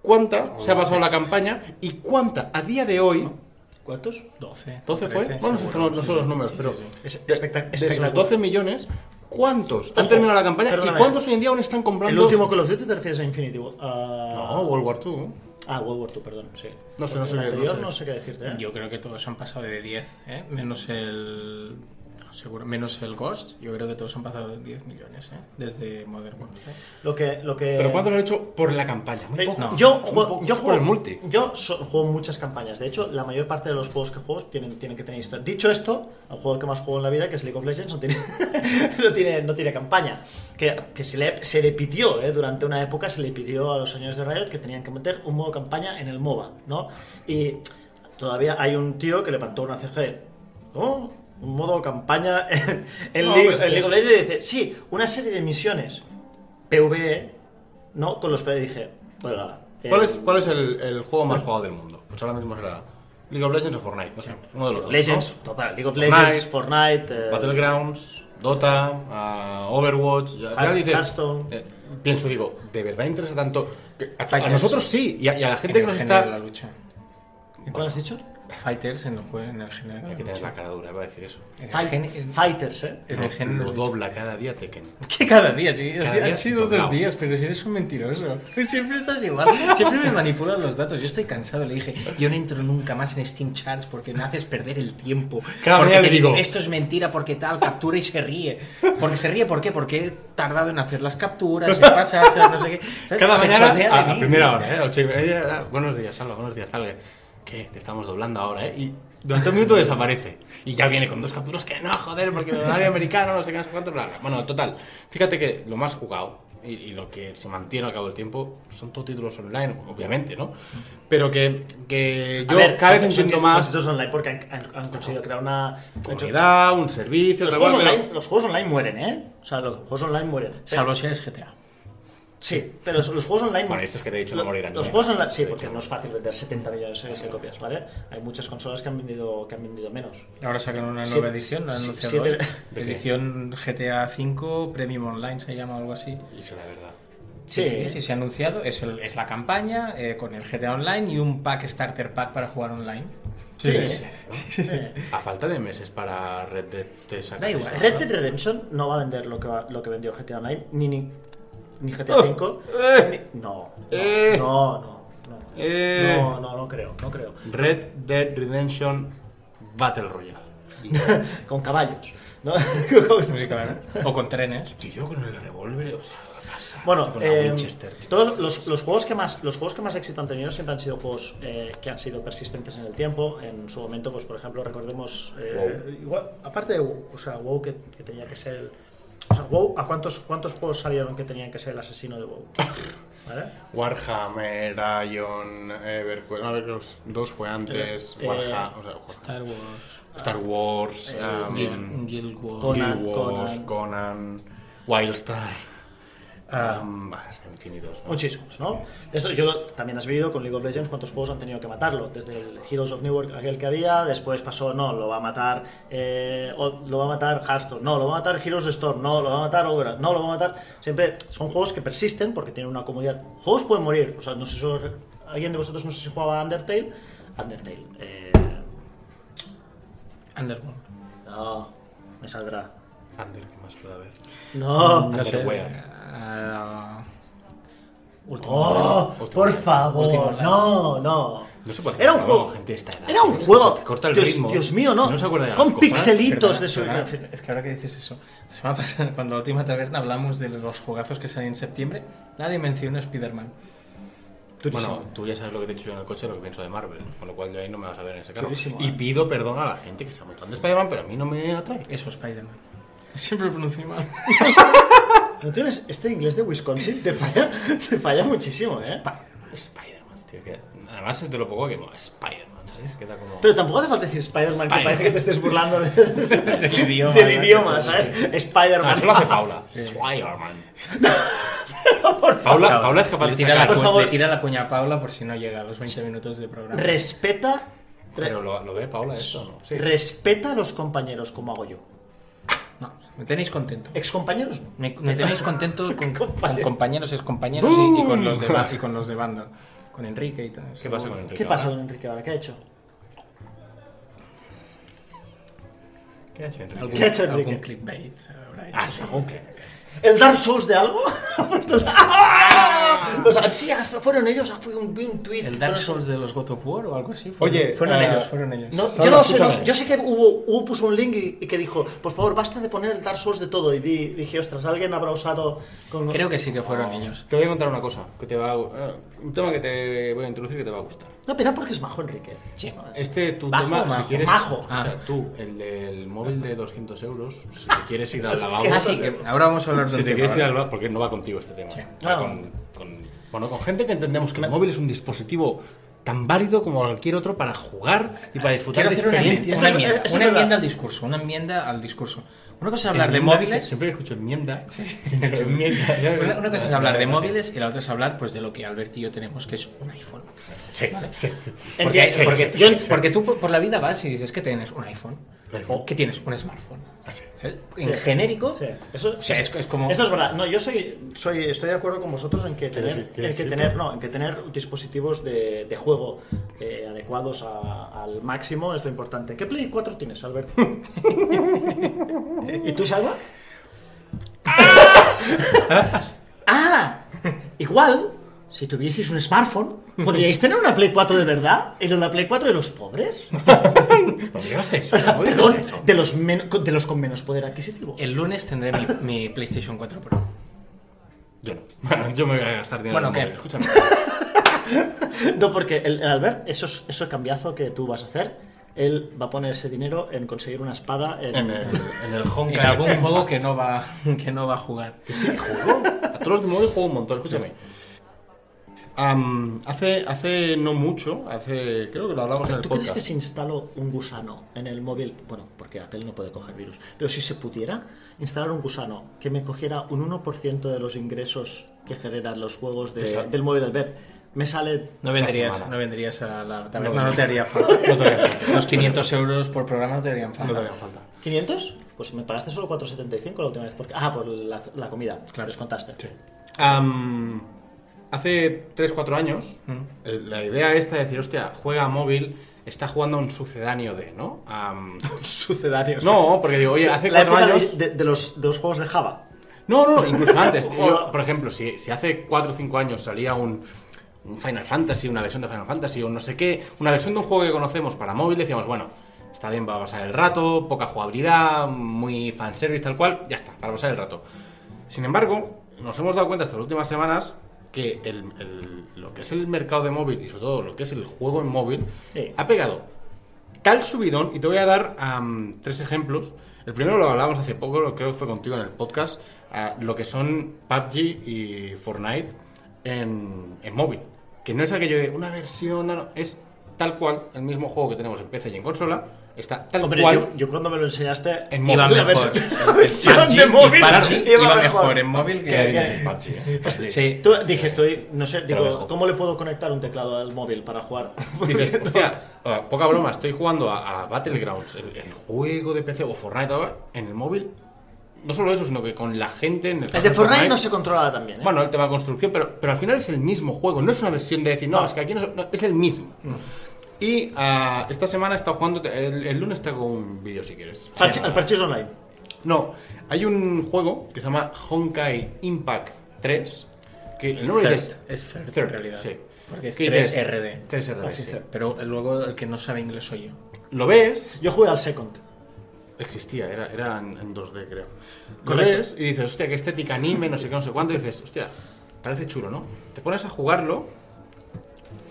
Speaker 1: ¿cuánta se ha pasado la campaña y cuánta a día de hoy.
Speaker 2: ¿Cuántos?
Speaker 3: 12.
Speaker 1: 12 fue,
Speaker 3: 13,
Speaker 1: bueno, es que no,
Speaker 3: seguro,
Speaker 1: no
Speaker 3: sí,
Speaker 1: sé los
Speaker 3: sí,
Speaker 1: números,
Speaker 3: sí,
Speaker 1: pero
Speaker 3: sí, sí.
Speaker 2: Es
Speaker 1: de-
Speaker 2: espectac-
Speaker 1: de esos
Speaker 2: espectacular.
Speaker 1: 12 millones, ¿cuántos han
Speaker 2: Ojo,
Speaker 1: terminado la campaña
Speaker 2: perdóname.
Speaker 1: y cuántos hoy en día aún están comprando?
Speaker 2: El último Call of Duty te refieres a Infinity War. a-
Speaker 1: No, World War II.
Speaker 2: Ah, World War II, perdón, sí.
Speaker 1: No sé, no
Speaker 2: Porque
Speaker 1: sé
Speaker 2: El
Speaker 1: qué- no
Speaker 2: anterior
Speaker 1: sé.
Speaker 2: no sé qué decirte, ¿eh?
Speaker 3: Yo creo que todos han pasado de 10, ¿eh? menos el. Seguro, menos el Ghost, yo creo que todos han pasado de 10 millones, ¿eh? desde Modern Warfare.
Speaker 2: Lo que, lo que...
Speaker 1: ¿Pero cuántos lo han hecho por la campaña? Muy
Speaker 2: Eh,
Speaker 1: poco.
Speaker 3: no.
Speaker 2: yo
Speaker 1: Muy
Speaker 2: juego,
Speaker 1: poco.
Speaker 2: yo
Speaker 1: Es
Speaker 2: juego
Speaker 1: por el multi.
Speaker 2: Yo so- juego muchas campañas. De hecho, la mayor parte de los juegos que juego tienen, tienen que tener historia. Dicho esto, el juego que más juego en la vida, que es League of Legends, no tiene, <laughs> no tiene, no tiene campaña. Que, que se, le, se le pidió, ¿eh? durante una época se le pidió a los señores de Riot que tenían que meter un modo campaña en el MOBA, ¿no? Y todavía hay un tío que levantó una CG. ¿Cómo? Un modo campaña <laughs> en, en
Speaker 1: No,
Speaker 2: League,
Speaker 1: pues,
Speaker 2: en League of Legends y dice, sí, una serie de misiones PvE, ¿no? Con los PvE dije, oiga. eh,
Speaker 1: ¿Cuál es, cuál es el, el juego más jugado del mundo? Pues ahora mismo será League of Legends o Fortnite, no sé, uno de los dos.
Speaker 2: Legends,
Speaker 1: ¿no?
Speaker 2: total, League of
Speaker 1: Fortnite,
Speaker 2: Legends, Fortnite, eh,
Speaker 1: Battlegrounds. Dota, a Overwatch. y al final dices,
Speaker 2: Hearthstone.
Speaker 1: eh, pienso, digo, ¿de verdad interesa tanto? Que A, a
Speaker 3: Fighters.
Speaker 1: nosotros sí, y a, y a la gente que
Speaker 3: en el
Speaker 1: nos
Speaker 3: género
Speaker 1: está.
Speaker 3: de la lucha.
Speaker 2: ¿Cuál has dicho?
Speaker 3: Fighters en el juego, en el género de
Speaker 1: Hay que
Speaker 3: la
Speaker 1: tener
Speaker 3: lucha.
Speaker 1: la cara dura, iba a decir eso.
Speaker 3: En el
Speaker 2: Fight-
Speaker 3: gen- en-
Speaker 2: Fighters, ¿eh?
Speaker 3: en
Speaker 1: Lo-
Speaker 3: el género
Speaker 1: lo
Speaker 3: de lucha.
Speaker 1: dobla cada día Tekken.
Speaker 3: <laughs> Que cada día, sí.
Speaker 1: Cada
Speaker 3: sí,
Speaker 1: día
Speaker 3: han sido
Speaker 1: doblado.
Speaker 3: dos días, pero si eres un mentiroso. <laughs> Siempre estás igual. Siempre me manipulan los datos. Yo estoy cansado. Le dije, yo no entro nunca más en Steam Charts porque me haces perder el tiempo.
Speaker 1: Cada
Speaker 3: porque
Speaker 1: día
Speaker 3: te
Speaker 1: le digo.
Speaker 3: esto es mentira porque tal, captura y se ríe. Porque se ríe, ¿por qué? Porque he tardado en hacer las capturas, en pasarse, no sé qué. ¿Sabes?
Speaker 1: Cada
Speaker 3: Se
Speaker 1: mañana,
Speaker 3: chotea de
Speaker 1: a, a
Speaker 3: mí.
Speaker 1: primera hora, ¿eh? Ocho y media, ah, buenos días, Salva, buenos días, Salve. ¿Qué? Te estamos doblando ahora, ¿eh? Y durante un minuto desaparece. Y ya viene con dos capturas que no, joder, porque el horario americano, no sé qué, no sé cuánto, bla, bla. Bueno, total, fíjate que lo más jugado y, y lo que se mantiene al cabo del tiempo son todos títulos online, obviamente, ¿no? Pero que, que
Speaker 2: A
Speaker 1: yo
Speaker 2: ver,
Speaker 1: cada vez
Speaker 2: son- son-
Speaker 1: entiendo
Speaker 2: son
Speaker 1: más
Speaker 2: títulos online porque han, han- han conseguido crear una.
Speaker 1: comunidad, un servicio,
Speaker 2: Los
Speaker 1: tal
Speaker 2: juegos,
Speaker 1: cual, pero-
Speaker 2: online, los juegos online mueren, ¿eh? O sea, los juegos online mueren.
Speaker 3: Salvo si eres GTA.
Speaker 2: Sí, pero los, los juegos online.
Speaker 1: Bueno, estos que te he dicho no
Speaker 2: lo-
Speaker 1: morirán eh.
Speaker 2: Los
Speaker 1: nunca.
Speaker 2: juegos online. Sí, porque no es fácil vender 70 millones de copias, ¿vale? Hay muchas consolas que han vendido, que han vendido menos.
Speaker 3: Ahora sacan una
Speaker 2: Siete-
Speaker 3: nueva edición, la han
Speaker 2: si-
Speaker 3: anunciado
Speaker 2: siete-
Speaker 3: hoy.
Speaker 1: ¿De qué?
Speaker 3: Edición GTA V Premium Online se llama o algo así.
Speaker 1: Y eso es la verdad.
Speaker 3: Sí, sí, se ha anunciado. Es, el- es la campaña eh, con el GTA Online y un pack starter pack para jugar online.
Speaker 2: Sí,
Speaker 1: sí,
Speaker 2: Eh,
Speaker 1: A falta de meses para Red Dead te sacas
Speaker 3: Da igual,
Speaker 1: esa,
Speaker 2: Red
Speaker 1: ¿no?
Speaker 2: Dead Redemption no va a vender lo que, va- lo que vendió GTA Online, ni, ni, ni GTA V.
Speaker 1: Oh, eh,
Speaker 2: ni- no, no,
Speaker 1: eh,
Speaker 2: no, no, no,
Speaker 1: eh.
Speaker 2: no, no, no creo, no creo. <laughs>
Speaker 1: Red Dead Redemption Battle Royale.
Speaker 2: Con caballos, ¿no? <laughs>
Speaker 3: Sí, claro. O con trenes.
Speaker 1: Tío, con el revólver. O sea, ¿qué pasa?
Speaker 2: Bueno,
Speaker 1: con
Speaker 2: eh,
Speaker 1: la Winchester, tío.
Speaker 2: todos los, los juegos que más los juegos que más éxito han tenido siempre han sido juegos eh, que han sido persistentes en el tiempo. En su momento, pues por ejemplo, recordemos eh, igual- aparte de WoW, o sea, WoW que, que tenía que ser, o sea, WoW, ¿a cuántos cuántos juegos salieron que tenían que ser el asesino
Speaker 1: <laughs>
Speaker 2: de WoW? ¿Vale?
Speaker 1: Warhammer, Ion, Everquest. No, a ver, los dos fue antes.
Speaker 2: Eh,
Speaker 1: Warhammer, o sea, Warhammer.
Speaker 3: Star Wars,
Speaker 1: Star Wars, um,
Speaker 3: Guild, Guild Wars.
Speaker 2: Con-
Speaker 1: Guild
Speaker 2: Conan,
Speaker 1: Wars,
Speaker 2: Conan.
Speaker 1: Conan, Wildstar.
Speaker 2: Ah.
Speaker 1: Um, bah, es que infinitos. ¿no?
Speaker 2: Muchísimos, ¿no? Esto yo también has vivido con League of Legends cuántos juegos han tenido que matarlo. Desde el Heroes of New World, aquel que había, después pasó, no, lo va a matar, eh, o- lo va a matar Hearthstone, no, lo va a matar Heroes Storm, no, lo va a matar Overwatch, no, lo va a matar. Siempre son juegos que persisten porque tienen una comunidad. Juegos pueden morir, o sea, no sé si os- alguien de vosotros no sé si jugaba a Undertale. Undertale, eh,
Speaker 3: Underworld.
Speaker 2: no, me saldrá.
Speaker 1: Ander, ¿qué más puede haber?
Speaker 2: No,
Speaker 3: No sé.
Speaker 1: Underworld.
Speaker 3: eh, último.
Speaker 2: oh, por
Speaker 3: Último
Speaker 2: favor,
Speaker 3: Light.
Speaker 2: no, no.
Speaker 1: No se puede hacer
Speaker 2: Era un
Speaker 1: nada,
Speaker 2: juego.
Speaker 1: gente de esta edad.
Speaker 2: Era un
Speaker 1: Es que
Speaker 2: juego.
Speaker 1: te corta el
Speaker 2: Dios,
Speaker 1: ritmo.
Speaker 2: Dios mío, no.
Speaker 1: Si no se acuerda de las
Speaker 2: Con
Speaker 1: copas,
Speaker 2: pixelitos
Speaker 3: Perdona,
Speaker 2: de su.
Speaker 3: perdona, es que ahora que dices eso, la semana pasada, cuando la última taberna hablamos de los juegazos que salen en septiembre, nadie menciona Spider-Man.
Speaker 1: Bueno, tú ya sabes lo que te he dicho yo en el coche, lo que pienso de Marvel, con lo cual yo ahí no me vas a ver en ese carro.
Speaker 2: Durísimo,
Speaker 1: Y
Speaker 2: ¿eh?
Speaker 1: pido perdón a la gente que sea muy fan de Spider-Man, pero a mí no me atrae.
Speaker 3: Eso, Spider-Man. Siempre lo pronuncio mal.
Speaker 2: ¿No tienes este inglés de Wisconsin? Te falla, te falla muchísimo, ¿eh?
Speaker 1: Spider-Man, tío. que- Además es de lo poco que mola. Spider-Man, ¿sabes? Queda como.
Speaker 2: Pero tampoco hace falta decir Spider-Man, que
Speaker 1: Spider-Man.
Speaker 2: parece que te estés
Speaker 1: <laughs>
Speaker 2: burlando de- del
Speaker 3: Del idioma.
Speaker 2: idioma, ¿sabes?
Speaker 1: Ah,
Speaker 2: Spider-Man.
Speaker 1: eso lo hace Paula. Spider-Man.
Speaker 2: <laughs> Por favor,
Speaker 1: Paula, Paula es capaz
Speaker 3: le
Speaker 1: de
Speaker 3: tira,
Speaker 1: sacar.
Speaker 3: la
Speaker 2: Por
Speaker 3: cu-
Speaker 2: favor.
Speaker 3: le tira la cuña a Paula por si no llega a los 20 minutos de programa.
Speaker 2: respeta, re-
Speaker 1: Pero lo, lo ve Paula eso, ¿no? Sí.
Speaker 2: respeta a los compañeros como hago yo.
Speaker 3: No, me tenéis contento.
Speaker 2: Excompañeros no.
Speaker 3: Me,
Speaker 2: <laughs>
Speaker 3: me tenéis contento con, con
Speaker 2: Compañero.
Speaker 3: compañeros, excompañeros y, y con
Speaker 1: ¡Bum!
Speaker 3: los de ba- y con los de banda. Con Enrique y todo eso.
Speaker 1: ¿Qué pasa con Enrique?
Speaker 2: ¿Qué pasa
Speaker 1: ahora?
Speaker 2: con Enrique ahora? ¿Qué ha hecho?
Speaker 1: ¿Qué ha hecho Enrique?
Speaker 3: ¿Algún,
Speaker 2: ¿Qué ha hecho
Speaker 3: algún
Speaker 2: Enrique?
Speaker 3: clickbait habrá hecho.
Speaker 1: Ah, sí.
Speaker 2: ¿El Dark Souls de algo? <laughs> ¡Ah! o sea, sí, ah, fueron ellos, ah, fue un, vi un tweet.
Speaker 3: ¿El Dark Souls de los God of War o algo así?
Speaker 1: Oye,
Speaker 3: fueron
Speaker 1: eh,
Speaker 3: ellos, fueron ellos.
Speaker 2: No,
Speaker 1: Solo
Speaker 2: yo no lo sé, no
Speaker 1: escúchame.
Speaker 2: sé. yo sé que hubo, hubo puso un link y, y que dijo, por favor, basta de poner el Dark Souls de todo. Y di- dije, ostras, alguien habrá usado con...
Speaker 3: Creo que sí que fueron ellos.
Speaker 1: Te voy a contar una cosa, que te va a, eh, un tema que te voy a introducir que te va a gustar.
Speaker 2: No, pero porque es bajo, Enrique.
Speaker 3: Sí.
Speaker 1: Este tu
Speaker 3: Bajo,
Speaker 1: tema, si
Speaker 3: majo,
Speaker 1: quieres.
Speaker 2: majo. Ah.
Speaker 1: O sea, tú, el del móvil de 200 euros, si te quieres ir
Speaker 2: <laughs>
Speaker 1: al lavabo.
Speaker 2: Ah,
Speaker 3: Así Ah, que ahora vamos a hablar de
Speaker 1: Si
Speaker 3: un
Speaker 1: te
Speaker 3: tema,
Speaker 1: quieres ir
Speaker 3: ¿vale?
Speaker 1: al lavabo, porque no va contigo este tema.
Speaker 3: Sí.
Speaker 1: Va
Speaker 2: Ah.
Speaker 1: con- con- bueno, con gente que entendemos que el móvil es un dispositivo tan válido como cualquier otro para jugar y para disfrutar
Speaker 3: Quiero
Speaker 1: de
Speaker 3: hacer una enmienda,
Speaker 1: experiencias.
Speaker 3: una
Speaker 2: Esto es-
Speaker 3: enmienda,
Speaker 2: esto es
Speaker 3: una
Speaker 2: verdad.
Speaker 3: enmienda al discurso, una enmienda al discurso. Una cosa es hablar de
Speaker 1: Enmienda,
Speaker 3: móviles
Speaker 1: Siempre escucho enmienda. <laughs> Enmienda, ya-
Speaker 3: <laughs> Una, una cosa es hablar de móviles y la otra es hablar pues de lo que Albert y yo tenemos, que es un iPhone.
Speaker 1: Sí, sí.
Speaker 3: Porque,
Speaker 2: Entiendo,
Speaker 3: porque-
Speaker 2: sí,
Speaker 3: yo-
Speaker 2: sí, sí.
Speaker 3: porque tú por por la vida vas y dices que tienes un iPhone. O que tienes un smartphone.
Speaker 1: Así.
Speaker 3: En
Speaker 2: Sí.
Speaker 3: genérico.
Speaker 2: Sí, eso,
Speaker 3: O sea, es, es como.
Speaker 2: Esto es verdad. No, yo soy, soy, estoy de acuerdo con vosotros en que tener,
Speaker 1: decir- quiere
Speaker 2: en que
Speaker 1: decir
Speaker 2: tener,
Speaker 1: todo.
Speaker 2: no, en que tener dispositivos de, de juego eh, adecuados a- al máximo es lo importante. ¿Qué Play 4 tienes, <laughs> Albert? ¿Y tú, Salva? ¡Ah! Igual, si tuvieseis un smartphone, ¿podríais tener una Play 4 de verdad? ¿Era la Play 4 de los <laughs> pobres?
Speaker 1: Digas eso.
Speaker 2: Perdón, de los, men- de los con menos poder adquisitivo.
Speaker 3: El lunes tendré mi, mi PlayStation 4 Pro.
Speaker 1: Yo no. Bueno, yo me voy a gastar dinero.
Speaker 3: Bueno,
Speaker 1: en
Speaker 3: ¿qué?
Speaker 1: móvil, Escúchame.
Speaker 2: No, porque el, el Albert, esos, eso cambiazo que tú vas a hacer, él va a poner ese dinero en conseguir una espada en,
Speaker 1: En el, en el
Speaker 3: En
Speaker 1: Honkai.
Speaker 3: algún juego que no va, <laughs> que no va a jugar.
Speaker 1: juego. A todos los de móvil juego un montón, escúchame. Am, hace, hace no mucho, hace creo que lo hablamos en el
Speaker 2: ¿Tú crees
Speaker 1: podcast.
Speaker 2: que si instaló un gusano en el móvil? Bueno, porque Apple no puede coger virus. Pero si se pudiera instalar un gusano que me cogiera un 1% de los ingresos que generan los juegos de-
Speaker 1: Te sale.
Speaker 2: del móvil Albert, me sale.
Speaker 3: No venderías,
Speaker 1: semana.
Speaker 3: no venderías a la taberna,
Speaker 1: No.
Speaker 3: no te haría falta.
Speaker 1: No te haría falta.
Speaker 3: Los 500 euros por programa no te harían
Speaker 1: No te
Speaker 3: falta.
Speaker 1: haría falta.
Speaker 2: ¿500? Pues me pagaste solo 4,75 la última vez. Porque, ah, por la, la comida. Claro, descontaste. <laughs>
Speaker 1: Am, hace 3-4 años,
Speaker 2: Mm.
Speaker 1: eh, la idea esta de decir, hostia, juega a móvil, está jugando a un sucedáneo de, ¿no?
Speaker 2: <laughs>
Speaker 1: Am,
Speaker 2: Sucedáneos.
Speaker 1: no, porque digo, oye, hace
Speaker 2: la
Speaker 1: 4
Speaker 2: época de-
Speaker 1: años.
Speaker 2: de, de los, de los juegos de Java.
Speaker 1: No, no, incluso antes. Yo, por ejemplo, si, si hace 4 o 5 años salía un, un Final Fantasy, una versión de Final Fantasy o no sé qué, una versión de un juego que conocemos para móvil, decíamos, bueno, está bien para pasar el rato, poca jugabilidad, muy fanservice tal cual, ya está, para pasar el rato. Sin embargo, nos hemos dado cuenta estas últimas semanas que el- el- lo que es el mercado de móvil y sobre todo lo que es el juego en móvil
Speaker 2: Sí.
Speaker 1: ha pegado tal subidón, y te voy a dar am, tres ejemplos. El primero lo hablábamos hace poco, lo creo que fue contigo en el podcast, ah, lo que son PUBG y Fortnite en, en móvil. Que no es aquello de una versión, no, no, es tal cual, el mismo juego que tenemos en PC y en consola, está tal
Speaker 2: Hombre,
Speaker 1: cual.
Speaker 2: yo, yo cuando me lo enseñaste.
Speaker 1: En móvil.
Speaker 3: Iba
Speaker 2: la
Speaker 3: mejor.
Speaker 2: versión- la versión
Speaker 3: PUBG
Speaker 2: de
Speaker 3: y
Speaker 2: móvil
Speaker 3: PUBG
Speaker 2: iba
Speaker 3: iba
Speaker 2: mejor.
Speaker 3: mejor en móvil
Speaker 1: Que hay
Speaker 3: que.
Speaker 1: en PUBG,
Speaker 2: <laughs>
Speaker 1: ¿eh? PUBG.
Speaker 3: Sí.
Speaker 2: Tú dije, estoy. No sé,
Speaker 1: lo
Speaker 2: digo,
Speaker 1: dejo.
Speaker 2: ¿cómo le puedo conectar un teclado al móvil para jugar? <laughs>
Speaker 1: Dices, hostia, ah, poca broma, estoy jugando a, a Battlegrounds, el, el juego de PC o Fortnite ahora, en el móvil. No solo eso, sino que con la gente en el
Speaker 2: El de Fortnite no se controlaba también. ¿eh?
Speaker 1: Bueno, el tema de construcción, pero, pero al final es el mismo juego. No es una versión de decir, no,
Speaker 3: Ah.
Speaker 1: es que aquí no, es- no, es el mismo.
Speaker 3: Mm.
Speaker 1: Y ah, esta semana está jugando, el, el lunes te hago un vídeo si quieres.
Speaker 2: Parche- el parche es online.
Speaker 1: No, hay un juego que se llama Honkai Impact 3, que el nombre
Speaker 3: Third.
Speaker 1: dices-
Speaker 3: Es third,
Speaker 1: Third,
Speaker 3: en realidad.
Speaker 1: sí.
Speaker 3: Porque es
Speaker 1: ¿Qué dices?
Speaker 3: 3RD.
Speaker 1: 3RD,
Speaker 2: Así
Speaker 1: sí.
Speaker 2: third.
Speaker 3: Ah, Pero luego el que no sabe inglés soy yo.
Speaker 1: Lo ves
Speaker 2: Yo jugué al Second.
Speaker 1: Existía, era, era en, en 2D, creo.
Speaker 2: Correcto.
Speaker 1: Corres y dices, hostia, qué estética anime, no sé qué, no sé cuánto. Y dices, hostia, parece chulo, ¿no? Te pones a jugarlo.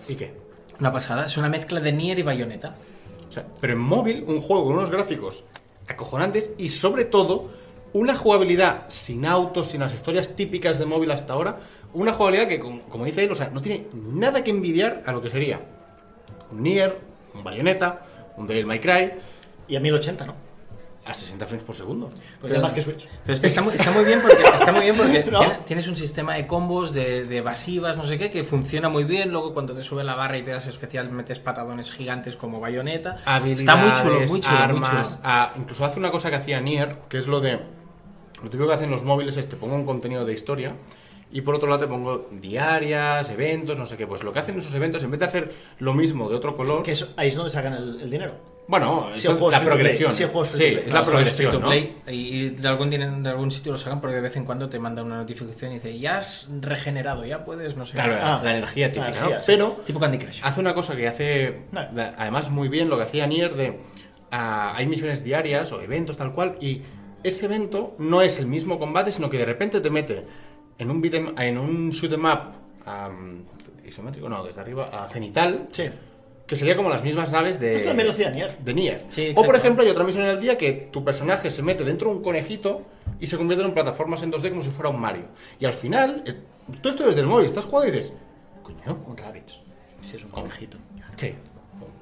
Speaker 1: ¿Y qué?
Speaker 3: Una pasada, es una mezcla de Nier y Bayonetta.
Speaker 1: O sea, pero en móvil, un juego con unos gráficos acojonantes y sobre todo, una jugabilidad sin autos, sin las historias típicas de móvil hasta ahora. Una jugabilidad que, como, como dice él, o sea, no tiene nada que envidiar a lo que sería un Nier, un Bayonetta, un Devil May Cry
Speaker 2: Y a 1080, ¿no?
Speaker 1: a 60 frames por segundo.
Speaker 2: Pero más que Switch.
Speaker 1: <laughs>
Speaker 3: Pero es que está muy, está muy bien porque, está muy bien porque
Speaker 2: No.
Speaker 3: tiene- tienes un sistema de combos, de, de evasivas, no sé qué, que funciona muy bien. Luego cuando te sube la barra y te das especial, metes patadones gigantes como bayoneta. Está muy chulo, muy chulo, muy
Speaker 1: armas,
Speaker 3: chulo.
Speaker 1: ah, incluso hace una cosa que hacía Nier, que es lo de lo típico que hacen los móviles es te pongo un contenido de historia y por otro lado te pongo diarias, eventos, no sé qué. Pues lo que hacen esos eventos, en vez de hacer lo mismo de otro color,
Speaker 2: Que es- ahí es donde sacan el, el dinero.
Speaker 1: bueno,
Speaker 2: Si el juego es
Speaker 1: la
Speaker 2: free to play,
Speaker 1: progresión.
Speaker 2: si el juego es
Speaker 1: sí,
Speaker 2: free to play.
Speaker 1: es la
Speaker 3: Los juegos free
Speaker 1: progresión,
Speaker 3: to
Speaker 1: ¿no?
Speaker 3: play, Y y de algún, tienen- de algún sitio lo sacan porque de vez en cuando te manda una notificación y dice, ya has regenerado, ya puedes, no sé.
Speaker 1: Claro, Ah,
Speaker 2: Ah,
Speaker 1: la energía
Speaker 2: la
Speaker 1: típica, ¿no?
Speaker 2: energía, sí.
Speaker 1: Pero
Speaker 3: Tipo Candy Crush.
Speaker 1: hace una cosa que hace
Speaker 2: No.
Speaker 1: la- además muy bien lo que hacía Nier de ah, hay misiones diarias o eventos tal cual y ese evento no es el mismo combate sino que de repente te mete en un beat em- en un shoot 'em up am, isométrico no desde arriba a cenital
Speaker 2: Sí.
Speaker 1: que sería como las mismas naves de
Speaker 2: Esto también lo hacía Nier.
Speaker 1: de Nier
Speaker 3: Sí,
Speaker 1: o por
Speaker 3: exacto.
Speaker 1: ejemplo hay otra misión en el día que tu personaje se mete dentro de un conejito y se convierte en plataformas en 2D como si fuera un Mario y al final eh, tú esto desde el móvil estás jugando y dices coño
Speaker 2: Un Rabbids. Es que es un conejito.
Speaker 1: Sí,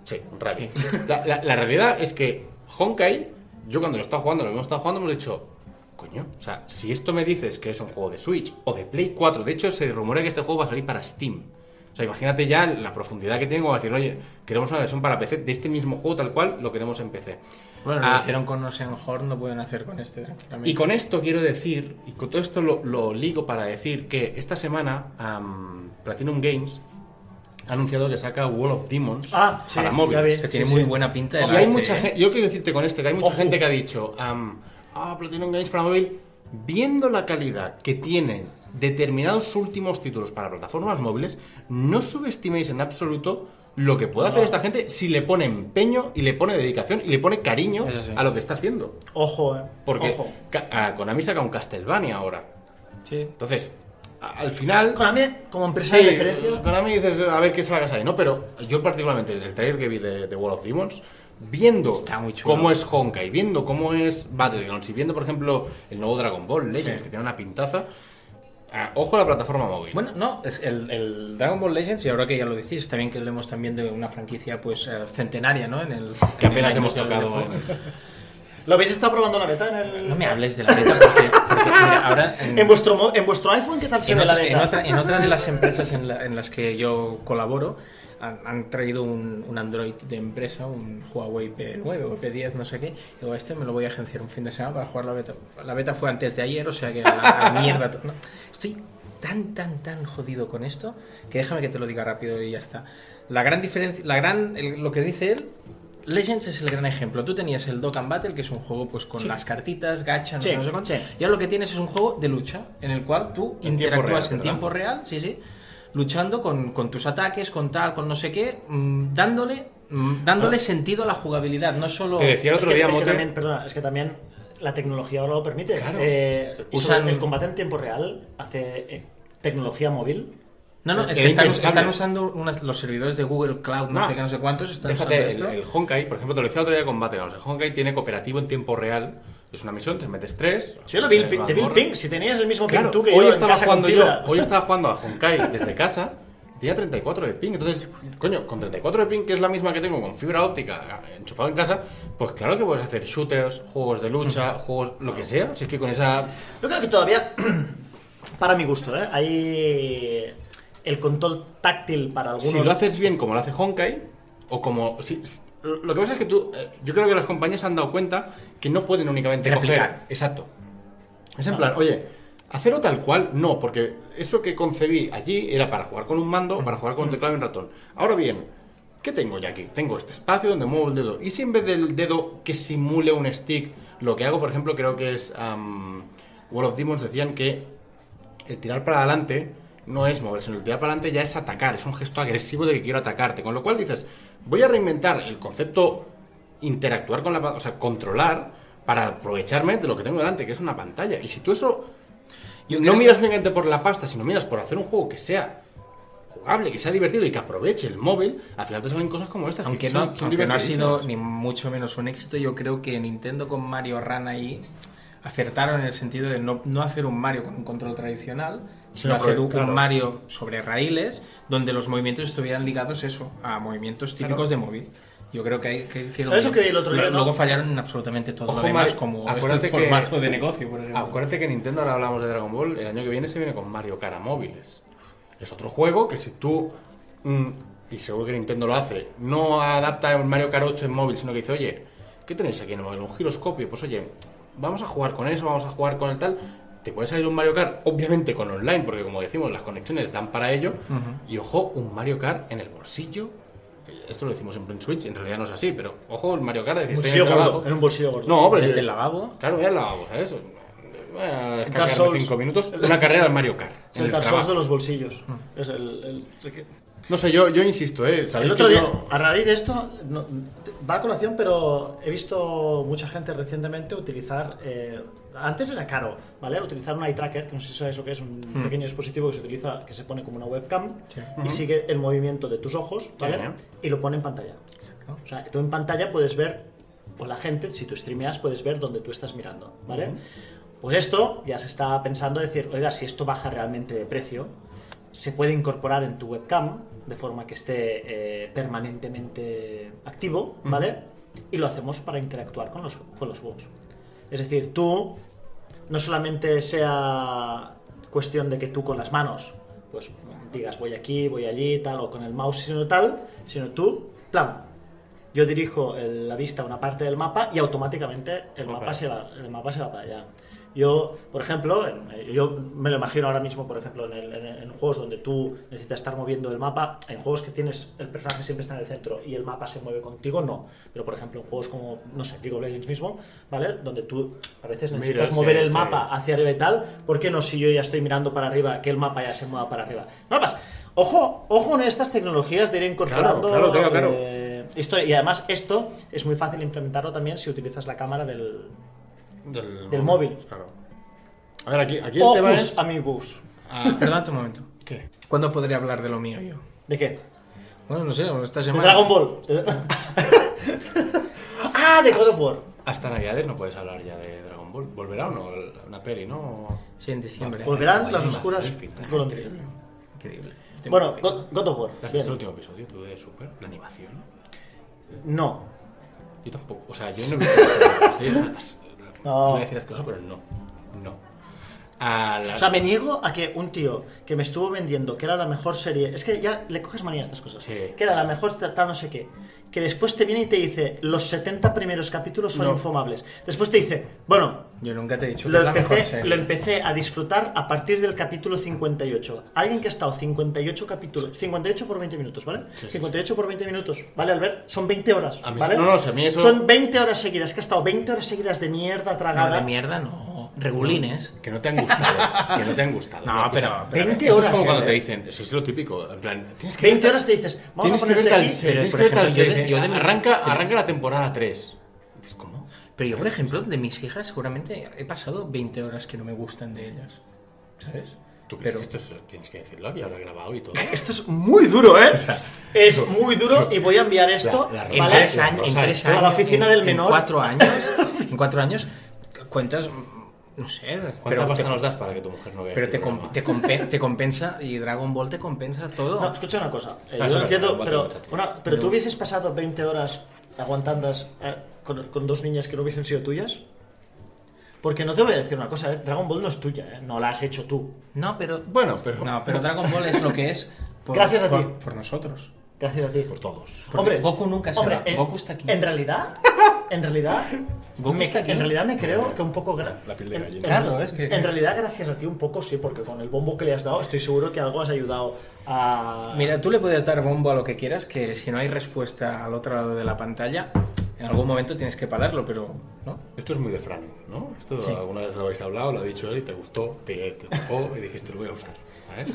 Speaker 1: sí, un rabbit. La, la- la realidad es que Honkai, yo cuando lo estaba jugando, lo hemos estado jugando, hemos dicho, coño, o sea, si esto me dices que es un juego de Switch o de Play 4, de hecho se rumorea que este juego va a salir para Steam. O sea, imagínate ya la profundidad que tiene como decir, oye, queremos una versión para PC de este mismo juego tal cual, lo queremos en PC.
Speaker 3: Bueno,
Speaker 1: Ah.
Speaker 3: lo hicieron con Ocean Horn, lo pueden hacer con este tranquilamente.
Speaker 1: Y con esto quiero decir, y con todo esto lo, lo ligo para decir que esta semana am, Platinum Games ha anunciado que saca Wall of Demons
Speaker 2: Ah, sí,
Speaker 1: para
Speaker 2: ya
Speaker 1: móviles.
Speaker 2: vi.
Speaker 3: que tiene
Speaker 2: Sí,
Speaker 3: muy
Speaker 2: sí.
Speaker 3: buena pinta. el
Speaker 1: Y hay
Speaker 3: arte,
Speaker 1: mucha
Speaker 3: ¿eh?
Speaker 1: gente, yo quiero decirte con este que hay mucha
Speaker 2: Ojo.
Speaker 1: gente que ha dicho, am, ah, Platinum Games para móvil, viendo la calidad que tienen determinados últimos títulos para plataformas móviles, no subestiméis en absoluto lo que puede hacer
Speaker 2: No.
Speaker 1: esta gente si le pone empeño y le pone dedicación y le pone cariño
Speaker 3: Eso sí.
Speaker 1: a lo que está haciendo.
Speaker 2: Ojo, eh.
Speaker 1: Porque
Speaker 2: Ojo.
Speaker 1: Ka- ah, Konami saca un Castlevania ahora.
Speaker 3: Sí.
Speaker 1: Entonces, a- al final.
Speaker 2: Konami, como empresa de
Speaker 1: Sí,
Speaker 2: referencia.
Speaker 1: Konami dices, a ver qué sacas ahí, ¿no? Pero yo, particularmente, el trailer que vi de, de World of Demons, viendo
Speaker 3: Está muy chulo.
Speaker 1: cómo es Honkai, viendo cómo es Battlegrounds y viendo, por ejemplo, el nuevo Dragon Ball Legends,
Speaker 3: Sí.
Speaker 1: que tiene una pintaza. ah, ojo a la plataforma móvil.
Speaker 3: Bueno, no, es el, el Dragon Ball Legends, y ahora que ya lo decís, está bien que hablemos también de una franquicia pues eh, centenaria, ¿no? En el,
Speaker 1: que
Speaker 3: en el
Speaker 1: apenas
Speaker 3: año
Speaker 1: hemos
Speaker 3: del
Speaker 1: tocado. ¿eh?
Speaker 3: videojuego.
Speaker 2: ¿Lo habéis estado probando la beta en el.
Speaker 3: No me hables de la beta porque, porque, mira, ahora
Speaker 1: <laughs>
Speaker 3: en,
Speaker 2: ¿En vuestro, mo- ¿En vuestro iPhone qué tal se
Speaker 3: en
Speaker 2: ve la
Speaker 3: otra, en
Speaker 2: beta?
Speaker 3: otra- en otra de las empresas en, la- en las que yo colaboro han, han traído un, un Android de empresa, un Huawei P9 o P10, no sé qué. Digo, este me lo voy a agenciar un fin de semana para jugar la beta. La beta fue antes de ayer, o sea que la, la mierda. to- no. Estoy tan, tan, tan jodido con esto que déjame que te lo diga rápido y ya está. La gran diferencia, la gran, el- lo que dice él. Legends es el gran ejemplo. Tú tenías el Dokkan Battle, que es un juego pues con las cartitas, gacha, no
Speaker 2: Sí,
Speaker 3: sé, no sé cuánto.
Speaker 2: sí.
Speaker 3: Y ahora lo que tienes es un juego de lucha, en el cual tú
Speaker 1: En tiempo
Speaker 3: interactúas
Speaker 1: real,
Speaker 3: en
Speaker 1: ¿verdad?
Speaker 3: tiempo real, sí, sí, luchando con, con tus ataques, con tal, con no sé qué, mm, dándole, mm, dándole sentido a la jugabilidad, no solo...
Speaker 1: Ah. Te decía el
Speaker 2: Es
Speaker 1: otro
Speaker 2: que-
Speaker 1: día,
Speaker 2: es que,
Speaker 1: Mote,
Speaker 2: también, perdona, es que también la tecnología ahora lo permite.
Speaker 1: Claro.
Speaker 2: Eh,
Speaker 3: Usan-
Speaker 2: usan el combate en tiempo real, hace eh, tecnología móvil.
Speaker 3: No, no, es
Speaker 1: Era
Speaker 3: que están,
Speaker 1: impensable.
Speaker 3: están usando unas- los servidores de Google Cloud, no,
Speaker 1: No.
Speaker 3: sé qué, no sé cuántos, están
Speaker 1: Déjate, el,
Speaker 3: usando
Speaker 1: el
Speaker 3: esto.
Speaker 1: Honkai, por ejemplo, te lo decía el otro día con Battlegrounds. El Honkai tiene cooperativo en tiempo real. Es una misión, te metes tres.
Speaker 2: Si yo lo
Speaker 1: no sé,
Speaker 2: vi el ping- de Bill
Speaker 1: mazmorra.
Speaker 2: Ping, si tenías el mismo
Speaker 1: Claro,
Speaker 2: ping tú que
Speaker 1: hoy
Speaker 2: yo en
Speaker 1: estaba
Speaker 2: casa
Speaker 1: jugando
Speaker 2: con
Speaker 1: yo,
Speaker 2: fibra.
Speaker 1: hoy estaba jugando a Honkai desde casa, tenía 34 de ping, entonces, coño, con 34 de ping, que es la misma que tengo con fibra óptica enchufado en casa, pues claro que puedes hacer shooters, juegos de lucha, juegos, lo que sea, si es que con esa...
Speaker 2: Yo creo que todavía, <clears throat> para mi gusto, ¿eh? hay el control táctil para algunos.
Speaker 1: Si lo haces bien como lo hace Honkai, o como... si- si- lo que pasa es que tú, eh, yo creo que las compañías han dado cuenta que no pueden únicamente
Speaker 3: Replicar.
Speaker 1: coger... Exacto. Es en
Speaker 2: Claro.
Speaker 1: plan, oye, hacerlo tal cual, no, porque eso que concebí allí era para jugar con un mando o para jugar con un teclado y un ratón. Ahora bien, ¿qué tengo ya aquí? Tengo este espacio donde muevo el dedo. Y si en vez del dedo que simule un stick, lo que hago, por ejemplo, creo que es. am, World of Demons decían que el tirar para adelante no es moverse, sino el tirar para adelante ya es atacar, es un gesto agresivo de que quiero atacarte. Con lo cual dices, voy a reinventar el concepto interactuar con la pa- o sea, controlar para aprovecharme de lo que tengo delante, que es una pantalla. Y si tú eso
Speaker 3: Yo
Speaker 1: no
Speaker 3: creo-
Speaker 1: miras únicamente por la pasta, sino miras por hacer un juego que sea jugable, que sea divertido y que aproveche el móvil, al final te salen cosas como <laughs> estas. que
Speaker 3: Aunque
Speaker 1: son-
Speaker 3: no,
Speaker 1: son
Speaker 3: aunque no ha sido
Speaker 1: divertidísimas.
Speaker 3: ni mucho menos un éxito, yo creo que Nintendo con Mario Run ahí acertaron en el sentido de no, no hacer un Mario con un control tradicional,
Speaker 1: Sino
Speaker 3: sino hacer un, un
Speaker 1: claro.
Speaker 3: Mario sobre raíles donde los movimientos estuvieran ligados eso, a movimientos típicos de móvil. Yo creo que, ahí- que hicieron.
Speaker 2: ¿Sabes lo
Speaker 3: bien.
Speaker 2: que vi el otro
Speaker 3: Lo-
Speaker 2: día, no?
Speaker 3: Luego fallaron en absolutamente todo
Speaker 1: Ojo,
Speaker 3: lo demás,
Speaker 1: Mario,
Speaker 3: como
Speaker 1: acuérdate
Speaker 3: el
Speaker 1: que- <laughs>
Speaker 3: formato de negocio, por ejemplo.
Speaker 1: Acuérdate que Nintendo, ahora hablamos de Dragon Ball, el año que viene se viene con Mario Kart a móviles. Es otro juego que si tú, mm, y seguro que Nintendo lo hace, no adapta un Mario Kart 8 en móvil, sino que dice, oye, ¿qué tenéis aquí en el móvil? Un giroscopio. Pues oye, vamos a jugar con eso, vamos a jugar con el tal. Te puede salir un Mario Kart, obviamente con online, porque como decimos, las conexiones dan para ello. Y ojo, un Mario Kart en el bolsillo. Eh, Esto lo decimos en Print Switch, en realidad no es así, pero ojo, el Mario Kart de
Speaker 2: en un
Speaker 1: decir,
Speaker 2: bolsillo
Speaker 1: estoy en el
Speaker 2: gordo,
Speaker 1: trabajo.
Speaker 2: Pues en un bolsillo gordo.
Speaker 1: No, pero
Speaker 3: Desde el lavabo.
Speaker 1: Claro, ya lo hago, ¿sabes? Voy a
Speaker 2: Dark
Speaker 1: descargarme
Speaker 2: Souls.
Speaker 1: 5 minutos. Una carrera al Mario Kart.
Speaker 2: es
Speaker 1: en
Speaker 2: el
Speaker 1: el
Speaker 2: Dark
Speaker 1: trabajo.
Speaker 2: Souls
Speaker 1: Mm.
Speaker 2: de los bolsillos. Es el- el- el que-
Speaker 1: No sé, yo, yo insisto, ¿eh? ¿Sabéis
Speaker 2: El otro
Speaker 1: que
Speaker 2: día,
Speaker 1: yo-
Speaker 2: a raíz de esto, no- va a colación, pero he visto mucha gente recientemente utilizar. eh, antes era caro, ¿vale? Utilizar un eye tracker, que no sé si sabes lo que es, un
Speaker 1: Hmm.
Speaker 2: pequeño dispositivo que se utiliza, que se pone como una webcam
Speaker 3: Sí.
Speaker 2: y sigue el movimiento de tus ojos, ¿vale?
Speaker 1: bien.
Speaker 2: Y lo pone en pantalla.
Speaker 3: Exacto.
Speaker 2: O sea, tú en pantalla puedes ver, o la gente, si tú streameas, puedes ver donde tú estás mirando, ¿vale? Pues esto ya se está pensando decir, oiga, si esto baja realmente de precio, se puede incorporar en tu webcam de forma que esté eh, permanentemente activo, ¿vale? Y lo hacemos para interactuar con los, con los juegos. Es decir, tú no solamente sea cuestión de que tú con las manos pues digas voy aquí, voy allí, tal, o con el mouse, sino tal, sino tú, plan, yo dirijo el- la vista a una parte del mapa y automáticamente el
Speaker 1: Va
Speaker 2: mapa,
Speaker 1: para
Speaker 2: se va, el mapa se va para allá. Yo, por ejemplo, en- eh, yo me lo imagino ahora mismo, por ejemplo, en, el- en- en juegos donde tú necesitas estar moviendo el mapa, en juegos que tienes el personaje siempre está en el centro y el mapa se mueve contigo, no. Pero, por ejemplo, en juegos como, no sé, League of Legends mismo, ¿vale? Donde tú a veces
Speaker 1: Mira,
Speaker 2: necesitas
Speaker 1: sí,
Speaker 2: mover el
Speaker 1: sí.
Speaker 2: mapa hacia arriba y tal, ¿por qué no si yo ya estoy mirando para arriba, que el mapa ya se mueva para arriba? Mapas, ojo, ojo en estas tecnologías de ir incorporando
Speaker 1: claro, claro, claro.
Speaker 2: eh, esto, y además esto es muy fácil implementarlo también si utilizas la cámara del
Speaker 1: Del,
Speaker 2: Del móvil.
Speaker 1: Claro. A ver, aquí, aquí el tema
Speaker 2: Oculus
Speaker 1: es.
Speaker 2: Amibus.
Speaker 3: Ah, <laughs> perdón un momento.
Speaker 1: ¿Qué?
Speaker 3: ¿Cuándo podría hablar de lo mío yo?
Speaker 2: ¿De qué? De
Speaker 3: Bueno, no sé, esta semana.
Speaker 2: Dragon Ball. <laughs> ah, de God of War.
Speaker 1: Hasta Navidades no puedes hablar ya de Dragon Ball. ¿Volverá o no? Una peli, ¿no?
Speaker 3: Sí, en diciembre.
Speaker 2: Volverán
Speaker 1: ahí
Speaker 2: las
Speaker 1: no
Speaker 2: oscuras.
Speaker 1: hace el final.
Speaker 2: Golondrinas.
Speaker 3: Increíble. Increíble. Estoy
Speaker 2: Bueno,
Speaker 3: muy
Speaker 2: God, God of War.
Speaker 1: ¿Has visto
Speaker 2: bien.
Speaker 1: el último episodio tú de Super? La animación.
Speaker 2: No.
Speaker 1: Yo tampoco. O sea, yo no he visto. las- sí, las-
Speaker 2: No.
Speaker 1: Iba a decir las cosas, pero no. No. A la-
Speaker 2: O sea, me niego a que un tío que me estuvo vendiendo que era la mejor serie. Es que ya le coges manía a estas cosas.
Speaker 1: Sí.
Speaker 2: Que era la mejor ta- tal, no sé qué. Que después te viene y te dice: Los 70 primeros capítulos son
Speaker 1: No.
Speaker 2: infomables. Después te dice: Bueno,
Speaker 3: Yo nunca te he dicho que
Speaker 2: lo
Speaker 3: es la mejor
Speaker 2: empecé,
Speaker 3: serie.
Speaker 2: lo empecé a disfrutar a partir del capítulo 58. Alguien que ha estado 58 capítulos. 58 por 20 minutos, ¿vale?
Speaker 1: Sí, sí,
Speaker 2: 58 por 20 minutos, ¿vale, Albert? Son 20 horas.
Speaker 1: A mí-
Speaker 2: ¿vale?
Speaker 1: no, no, si a mí eso-
Speaker 2: Son 20 horas seguidas, que ha estado 20 horas seguidas de mierda
Speaker 3: No,
Speaker 2: tragada.
Speaker 3: de mierda no. Regulines.
Speaker 1: Que no te han gustado. que no te han
Speaker 2: <laughs>
Speaker 1: gustado.
Speaker 3: No,
Speaker 1: Una
Speaker 3: pero-
Speaker 1: cosa-
Speaker 2: pero- 20
Speaker 1: eso
Speaker 2: horas,
Speaker 1: Es como
Speaker 2: ¿eh?
Speaker 1: cuando te dicen. Eso es lo típico. En plan, tienes que.
Speaker 2: 20 horas te dices, vamos
Speaker 1: Tienes
Speaker 2: a
Speaker 1: que ver
Speaker 2: ponerte
Speaker 1: tal
Speaker 2: aquí.
Speaker 1: serie.
Speaker 3: Pero,
Speaker 1: Tienes
Speaker 3: por
Speaker 1: que ver tal
Speaker 3: ejemplo, yo de-
Speaker 1: serie.
Speaker 3: yo de mis-
Speaker 1: Arranca, arranca la temporada 3. Dices, ¿cómo?
Speaker 3: Pero yo, por ejemplo, de mis hijas, seguramente he pasado 20 horas que no me gustan de ellas. ¿Sabes?
Speaker 1: ¿Tú crees
Speaker 3: Pero-
Speaker 1: que esto es- tienes que decirlo? Había lo grabado y todo.
Speaker 2: Esto es muy duro, ¿eh? es muy duro y voy a enviar esto
Speaker 1: La- la-
Speaker 3: En
Speaker 1: Vale.
Speaker 3: tres, años, en
Speaker 1: Rosario.
Speaker 3: tres
Speaker 2: A la
Speaker 3: años.
Speaker 2: oficina
Speaker 3: en-
Speaker 2: del
Speaker 3: en
Speaker 2: menor.
Speaker 3: cuatro años.
Speaker 2: <laughs>
Speaker 3: En cuatro años cuentas. No sé.
Speaker 1: ¿Cuánta pasta
Speaker 3: te-
Speaker 1: nos das para que tu mujer no vea
Speaker 3: Pero
Speaker 1: este
Speaker 3: te, com-
Speaker 1: programa?
Speaker 3: te, compe- te compensa y Dragon Ball te compensa todo.
Speaker 2: No, escucha una cosa. eh,
Speaker 1: Ah,
Speaker 2: yo
Speaker 1: eso
Speaker 2: lo
Speaker 1: es verdad,
Speaker 2: entiendo,
Speaker 1: no
Speaker 2: pero,
Speaker 1: bate mucho.
Speaker 2: una- pero tú hubieses pasado 20 horas aguantando eh, con, con dos niñas que no hubiesen sido tuyas. Porque no te voy a decir una cosa, eh, Dragon Ball no es tuya, eh, no la has hecho tú.
Speaker 3: No, pero.
Speaker 1: Bueno, pero.
Speaker 3: No, pero Dragon Ball es lo que es. por-
Speaker 2: Gracias a
Speaker 3: por-
Speaker 2: ti.
Speaker 3: Por nosotros.
Speaker 2: Gracias a ti.
Speaker 1: Por todos.
Speaker 3: Porque Goku nunca se va,
Speaker 2: en-
Speaker 3: Goku está aquí.
Speaker 2: En realidad, en realidad,
Speaker 3: Goku
Speaker 2: me-
Speaker 3: está aquí.
Speaker 2: en realidad me creo que un poco. gra-
Speaker 1: La piel de
Speaker 2: en-
Speaker 1: gallina.
Speaker 2: en-
Speaker 3: Claro, es que-
Speaker 2: En realidad, gracias a ti, un poco sí, porque con el bombo que le has dado, estoy seguro que algo has ayudado a.
Speaker 3: Mira, tú le puedes dar bombo a lo que quieras, que si no hay respuesta al otro lado de la pantalla, en algún momento tienes que pararlo, pero. ¿No?
Speaker 1: Esto es muy de Fran, ¿no? Esto
Speaker 3: Sí.
Speaker 1: alguna vez lo habéis hablado, lo ha dicho él y te gustó, te, te tocó y dijiste lo voy a usar. ¿sabes?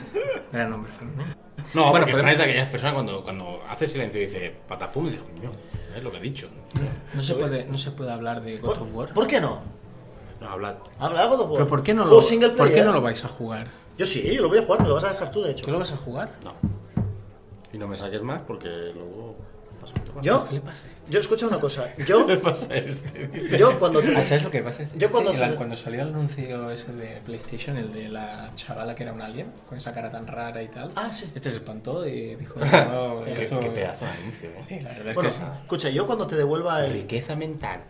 Speaker 3: Gran nombre, Fran. ¿no?
Speaker 1: No,
Speaker 3: Bueno,
Speaker 1: bueno, porque
Speaker 3: podemos-
Speaker 1: Fran es de aquellas personas cuando, cuando hace silencio y dice patapum y dice, coño, es lo que he dicho.
Speaker 3: No se puede, no se puede hablar de God of War.
Speaker 2: ¿Por qué no?
Speaker 1: No, hablad.
Speaker 2: Habla de God of War.
Speaker 3: ¿Pero por qué no
Speaker 2: Juego
Speaker 3: lo,
Speaker 2: single
Speaker 3: ¿por qué
Speaker 2: player.
Speaker 3: no lo vais a jugar?
Speaker 2: Yo sí, yo lo voy a jugar, me lo vas a dejar tú, de
Speaker 3: ¿Tú
Speaker 2: hecho.
Speaker 3: lo vas a jugar?
Speaker 1: No. Y no me saques más porque luego pasa esto. <laughs>
Speaker 2: Yo,
Speaker 3: ¿Qué le pasa a este?
Speaker 2: yo escucho una cosa. Yo,
Speaker 1: ¿Qué le pasa a este?
Speaker 2: yo cuando.
Speaker 3: <laughs> Ah, ¿Sabes lo que pasa? Este-
Speaker 2: Yo
Speaker 3: este,
Speaker 2: cuando
Speaker 3: el-
Speaker 2: te-
Speaker 3: cuando salió el anuncio ese de PlayStation, el de la chavala que era un alien, con esa cara tan rara y tal,
Speaker 2: Ah, sí.
Speaker 3: este se espantó
Speaker 2: <laughs>
Speaker 3: y dijo, no,
Speaker 1: Qué,
Speaker 3: esto...
Speaker 1: qué pedazo de anuncio, ¿eh?
Speaker 3: Sí, la verdad
Speaker 2: Bueno, ah.
Speaker 3: es que sí.
Speaker 2: escucha, yo cuando te devuelva el.
Speaker 1: Riqueza mental.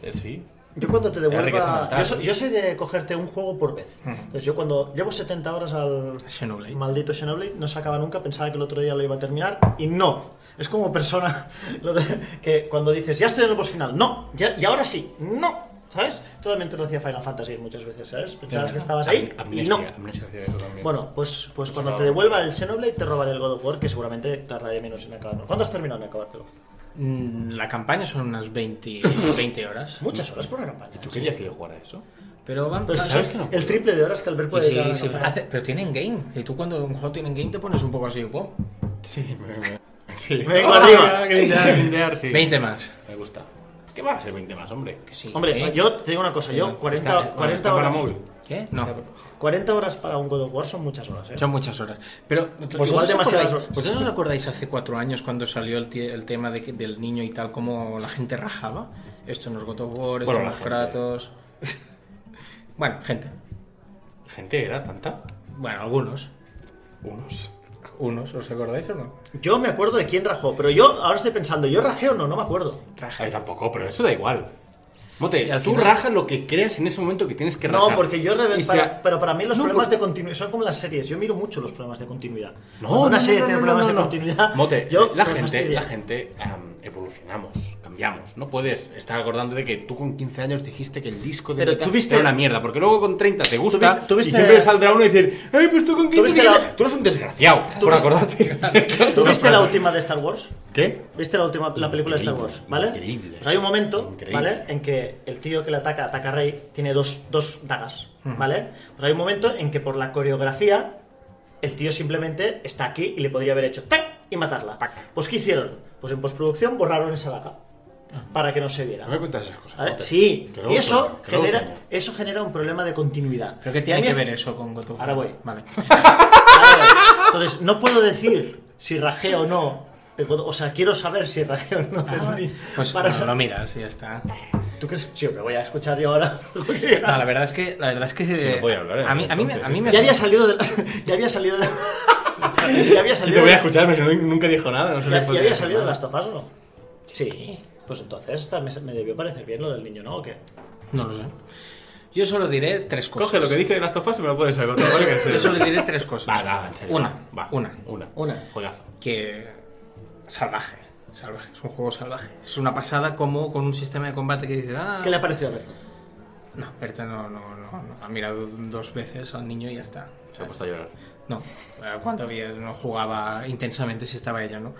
Speaker 1: Eh, Sí.
Speaker 2: Yo cuando te
Speaker 1: riqueza
Speaker 2: devuelva.
Speaker 1: mental.
Speaker 2: Yo soy, yo soy de cogerte un juego por vez.
Speaker 3: Ujú.
Speaker 2: Entonces, yo cuando llevo 70 horas al
Speaker 3: Xenoblade.
Speaker 2: maldito Xenoblade, no se acaba nunca, pensaba que el otro día lo iba a terminar y no. Es como persona <laughs> lo de- que cuando dices, ya estoy en el boss final, no, ya, y ahora sí, no, ¿sabes? Totalmente lo hacía Final Fantasy muchas veces, ¿sabes? Pensabas que estabas ahí
Speaker 1: Am-
Speaker 2: y
Speaker 1: Amnesia,
Speaker 2: no.
Speaker 1: amnesia hacía eso también.
Speaker 2: Bueno, pues, pues
Speaker 1: Pues
Speaker 2: cuando
Speaker 1: no.
Speaker 2: te devuelva el Xenoblade te robaré el God of War, que seguramente tardaré menos en acabarlo. ¿Cuánto has terminado en acabártelo?
Speaker 3: Mm, La campaña son unas <laughs> 20, 20 horas.
Speaker 2: Muchas horas por una campaña.
Speaker 1: ¿Tú querías que yo jugara eso?
Speaker 3: Pero van...
Speaker 2: Pues,
Speaker 3: no,
Speaker 1: ¿sabes que no?
Speaker 2: El triple de horas que Albert
Speaker 3: y
Speaker 2: puede
Speaker 3: si-
Speaker 2: dedicar a una
Speaker 3: si
Speaker 2: campaña.
Speaker 3: hace- pero tienen game. Y tú cuando un juego tiene game te pones un poco así, wow.
Speaker 1: <laughs> Sí, me, me- sí.
Speaker 2: Vengo
Speaker 1: Ah,
Speaker 2: arriba.
Speaker 1: Grindear, grindear, sí.
Speaker 3: 20 más.
Speaker 1: Me gusta. ¿Qué va a ser 20 más, hombre?
Speaker 3: Que sí,
Speaker 2: Hombre,
Speaker 3: ¿eh?
Speaker 2: yo te digo una cosa, yo
Speaker 3: Está-
Speaker 2: 40,
Speaker 1: Está- bueno,
Speaker 2: 40
Speaker 1: está
Speaker 2: horas.
Speaker 1: para móvil.
Speaker 3: ¿Qué? No.
Speaker 2: 40 horas para un God of War son muchas horas, ¿eh?
Speaker 3: Son muchas horas. Pero vosotros,
Speaker 2: Igual
Speaker 3: os
Speaker 2: demasiadas
Speaker 3: acordáis-
Speaker 2: horas.
Speaker 3: ¿vosotros os acordáis hace cuatro años cuando salió el, tie- el tema de que- del niño y tal, cómo la gente rajaba? Esto no es God of War, esto
Speaker 1: Bueno,
Speaker 3: no
Speaker 1: la
Speaker 3: es
Speaker 1: gente.
Speaker 3: Kratos. bueno, gente.
Speaker 1: Gente, era tanta.
Speaker 3: Bueno, algunos.
Speaker 1: Unos.
Speaker 3: Unos, ¿os acordáis o no?
Speaker 2: Yo me acuerdo de quién rajó, pero yo ahora estoy pensando, ¿yo rajé o no? No me acuerdo.
Speaker 1: Ay, tampoco, pero eso da igual. Mote,
Speaker 3: Y al
Speaker 1: tú
Speaker 3: final-
Speaker 1: rajas lo que creas en ese momento que tienes que rajar.
Speaker 2: No, porque yo
Speaker 1: Y
Speaker 2: revés.
Speaker 1: si a-
Speaker 2: Pero para mí los
Speaker 1: No,
Speaker 2: problemas
Speaker 1: porque-
Speaker 2: de continuidad son como las series. Yo miro mucho los problemas de continuidad.
Speaker 1: No,
Speaker 2: Cuando una
Speaker 1: no,
Speaker 2: serie
Speaker 1: no,
Speaker 2: tiene
Speaker 1: no,
Speaker 2: problemas
Speaker 1: no, no.
Speaker 2: de continuidad.
Speaker 1: Mote,
Speaker 2: yo
Speaker 1: la,
Speaker 2: me
Speaker 1: gente,
Speaker 2: fastidia.
Speaker 1: la gente am, evolucionamos, cambiamos. No puedes estar acordando de que tú con 15 años dijiste que el disco de
Speaker 2: Pero
Speaker 1: metal
Speaker 2: tú viste-
Speaker 1: era una mierda, porque luego con 30 te gusta
Speaker 2: viste- tú viste-
Speaker 1: y siempre saldrá uno y decir, "Ay, pues tú con 15
Speaker 2: viste
Speaker 1: dijiste-".
Speaker 2: la-
Speaker 1: tú eres un desgraciado por
Speaker 2: <laughs>
Speaker 1: acordarte.
Speaker 2: ¿Tú
Speaker 1: <laughs>
Speaker 2: viste la última de Star Wars?
Speaker 1: ¿Qué?
Speaker 2: ¿Viste la última la película de Star
Speaker 1: Increíble,
Speaker 2: Wars? ¿Vale?
Speaker 1: increíble.
Speaker 2: Pues hay un momento,
Speaker 1: Increíble.
Speaker 2: ¿vale? En que el tío que le ataca, ataca a Rey, tiene dos, dos dagas,
Speaker 3: Hmm.
Speaker 2: ¿vale? Pues hay un momento en que por la coreografía, el tío simplemente está aquí y le podría haber hecho ¡tac! y matarla. Pues ¿qué hicieron? Pues en postproducción borraron esa daga
Speaker 3: Ah.
Speaker 2: para que no se viera.
Speaker 1: No me cuentas esas cosas.
Speaker 2: A ver,
Speaker 1: Mote.
Speaker 2: sí,
Speaker 1: Que luego
Speaker 2: y eso
Speaker 1: sueño, que luego
Speaker 2: genera,
Speaker 1: sueño.
Speaker 2: eso genera un problema de continuidad.
Speaker 3: ¿Pero qué
Speaker 2: Y a
Speaker 3: tiene
Speaker 2: mí
Speaker 3: que
Speaker 2: es-
Speaker 3: ver eso con Goto?
Speaker 2: Ahora voy.
Speaker 3: Vale.
Speaker 2: Claro, Entonces, no puedo decir si rajeo o no. Te puedo- O sea, quiero saber si rajeo o no. Dani,
Speaker 3: Pues
Speaker 2: para
Speaker 3: bueno,
Speaker 2: sa-
Speaker 3: lo miras y ya está.
Speaker 2: ¿Tú crees? Sí, me voy a escuchar yo ahora. <laughs>
Speaker 3: No, la verdad es que. La verdad es que
Speaker 1: no voy a hablar, ¿eh?
Speaker 3: a mí, a mí, me- a mí me.
Speaker 2: ya había salido de la... Ya había salido de <laughs> ya había
Speaker 1: Y
Speaker 2: salido
Speaker 1: te voy
Speaker 2: de-
Speaker 1: a escucharme, si no, nunca dijo nada. No se le
Speaker 2: Ya,
Speaker 1: fue
Speaker 2: ya
Speaker 1: de-
Speaker 2: había salido de las tofas, ¿o no? Sí. Pues entonces esta me, me debió parecer bien lo del niño, ¿no? ¿O qué?
Speaker 3: No lo sé. Yo solo diré tres cosas.
Speaker 1: Coge lo que dije de las tofas y me lo puedes sacar. otra vez, que se-
Speaker 3: Yo solo diré tres cosas.
Speaker 1: Va, va, en serio.
Speaker 3: Una,
Speaker 1: va.
Speaker 3: una.
Speaker 1: Una.
Speaker 2: Una.
Speaker 1: Juegazo.
Speaker 3: que salvaje, salvaje, es un juego salvaje. Es una pasada como con un sistema de combate que dice, ah,
Speaker 2: ¿Qué le ha parecido a Berto?
Speaker 3: no, Berta no, no, no, no, ha mirado dos veces al niño y ya está.
Speaker 1: Se ha puesto a llorar.
Speaker 3: No, eh, cuando había, no jugaba intensamente si estaba ella, ¿no?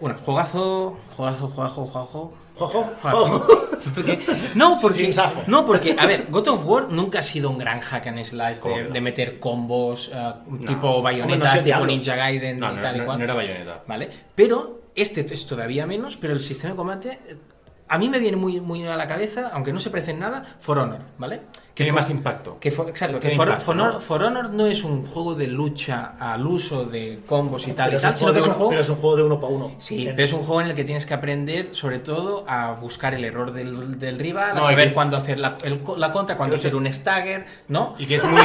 Speaker 3: Bueno, juegazo, juegazo, juegazo, juegazo.
Speaker 2: Jojo,
Speaker 3: Juegazo.
Speaker 2: jojo.
Speaker 3: Porque-
Speaker 1: <laughs>
Speaker 3: no, porque,
Speaker 2: Sin sajo.
Speaker 3: no, porque, a ver, God of War nunca ha sido un gran hack and slash
Speaker 1: ¿Cómo que
Speaker 3: de,
Speaker 1: no?
Speaker 3: de meter combos eh,
Speaker 1: Hombre,
Speaker 3: tipo
Speaker 1: no
Speaker 3: Bayonetta,
Speaker 2: sea
Speaker 3: tipo
Speaker 2: Diablo.
Speaker 3: Ninja Gaiden
Speaker 1: No,
Speaker 3: y
Speaker 1: no,
Speaker 3: tal y
Speaker 1: no,
Speaker 3: cual.
Speaker 1: no era bayoneta.
Speaker 3: ¿vale? Pero este es todavía menos, pero el sistema de combate eh, a mí me viene muy, muy a la cabeza, aunque no se parece en nada, For Honor, ¿vale?
Speaker 1: Tiene
Speaker 3: For-
Speaker 1: más impacto.
Speaker 3: Que For- exacto, que
Speaker 1: Tiene
Speaker 3: For,
Speaker 1: impacto,
Speaker 3: For
Speaker 1: ¿no?
Speaker 3: Honor, For Honor no es un juego de lucha al uso de combos y tal,
Speaker 2: Pero
Speaker 3: y
Speaker 2: es
Speaker 3: tal
Speaker 2: un
Speaker 3: sino que
Speaker 2: juego
Speaker 3: es
Speaker 2: de
Speaker 3: un
Speaker 2: uno-
Speaker 3: juego...
Speaker 2: Pero es un juego de uno para uno.
Speaker 3: Sí,
Speaker 2: En-
Speaker 3: pero es un juego en el que tienes que aprender, sobre todo, a buscar el error del, del rival,
Speaker 1: No,
Speaker 3: a
Speaker 1: hay
Speaker 3: saber
Speaker 1: que-
Speaker 3: cuándo hacer la, el co- la contra, cuándo
Speaker 1: Creo que-
Speaker 3: hacer un stagger, ¿no?
Speaker 1: Y que es
Speaker 3: <laughs>
Speaker 1: muy.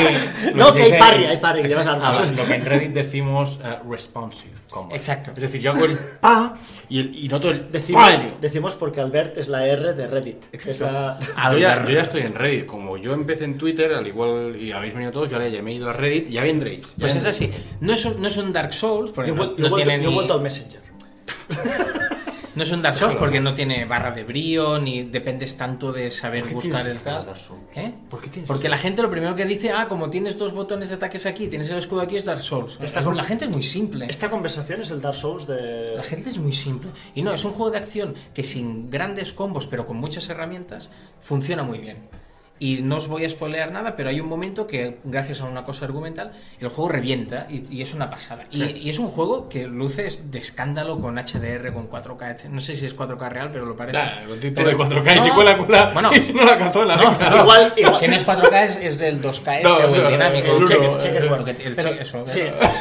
Speaker 2: No, que hay
Speaker 1: dice-
Speaker 2: parry, hay parry, que llevas
Speaker 1: Exacto.
Speaker 2: armas.
Speaker 1: Ah, vale, Lo que en Reddit decimos eh, responsive combat.
Speaker 3: Exacto.
Speaker 1: Es decir, yo hago el pa y, el, y noto el
Speaker 2: Decimos,
Speaker 1: pa.
Speaker 2: decimos porque Albert es la R de Reddit. Es la-
Speaker 1: Yo ya, yo ya estoy en Reddit. Como yo empecé en Twitter, al igual y habéis venido todos, yo ahora ya me he ido a Reddit y ya vendréis. Ya
Speaker 3: Pues es
Speaker 1: vendréis.
Speaker 3: así. No es un, no es un Dark Souls, porque
Speaker 2: Yo, he
Speaker 3: no,
Speaker 2: vuel-
Speaker 3: no
Speaker 2: yo he vuelto-
Speaker 3: tiene
Speaker 2: yo he
Speaker 3: ni-
Speaker 2: vuelto al Messenger.
Speaker 3: No es un Dark Souls porque no tiene barra de brío, ni dependes tanto de saber
Speaker 1: ¿Por qué
Speaker 3: buscar
Speaker 1: tienes
Speaker 3: el
Speaker 1: que sacar
Speaker 3: tal.
Speaker 1: Dark Souls?
Speaker 3: ¿Eh?
Speaker 1: ¿Por qué tienes
Speaker 3: porque
Speaker 1: que
Speaker 3: la gente lo primero que dice, ah, como tienes dos botones de ataques aquí, tienes el escudo aquí, es Dark Souls.
Speaker 2: Esta
Speaker 3: Es-
Speaker 2: con-
Speaker 3: la gente es muy simple.
Speaker 2: Esta conversación es el Dark Souls de.
Speaker 3: La gente es muy simple. Y no, es un juego de acción que sin grandes combos, pero con muchas herramientas, funciona muy bien. Y no os voy a spoilear nada, pero hay un momento que, gracias a una cosa argumental, el juego revienta y, y es una pasada. Y, y es un juego que luce es de escándalo con HDR, con 4K. No sé si es 4K real, pero lo parece.
Speaker 1: Ya, el título
Speaker 3: Pero-
Speaker 1: de 4K y si
Speaker 3: Pues No,
Speaker 1: cuela, cuela.
Speaker 3: Bueno,
Speaker 1: <laughs> y si no la cazuela.
Speaker 2: <laughs>
Speaker 3: no,
Speaker 1: venga.
Speaker 3: no.
Speaker 2: Igual- igual.
Speaker 3: Si no es 4K, es, es el 2K este
Speaker 1: No,
Speaker 3: o
Speaker 1: sí,
Speaker 3: el
Speaker 1: el
Speaker 3: dinámico.
Speaker 1: uno,
Speaker 3: checker,
Speaker 1: eh,
Speaker 3: checker,
Speaker 2: eh,
Speaker 3: bueno, que el
Speaker 2: pero-
Speaker 3: check- eso,
Speaker 2: sí.
Speaker 3: ¿verdad?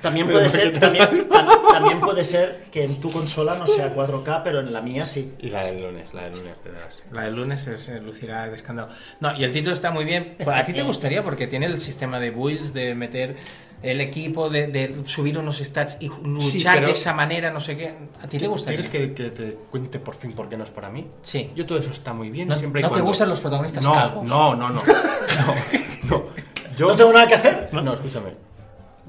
Speaker 2: También
Speaker 1: Pero
Speaker 2: puede,
Speaker 1: ¿por qué
Speaker 2: ser,
Speaker 1: te
Speaker 2: también, tam- también puede ser que en tu consola no sea 4K, pero en la mía sí.
Speaker 1: Y la del lunes, la del lunes tendrás.
Speaker 3: La del lunes es, eh, lucirá de escándalo. No, y el título está muy bien. Pues, A ti te gustaría porque tiene el sistema de builds, de meter el equipo, de, de subir unos stats y luchar
Speaker 1: Sí, pero-
Speaker 3: de esa manera, no sé qué. ¿A ti te gustaría?
Speaker 1: ¿Quieres que, que te cuente por fin por qué no es para mí?
Speaker 3: Sí.
Speaker 1: Yo todo eso está muy bien.
Speaker 3: No-
Speaker 1: siempre y
Speaker 3: no te
Speaker 1: cuando-
Speaker 3: gustan los protagonistas
Speaker 1: no,
Speaker 3: calvos.
Speaker 1: No, no,
Speaker 3: <laughs>
Speaker 1: no. No, no. Yo,
Speaker 2: No tengo nada que hacer.
Speaker 1: No, escúchame.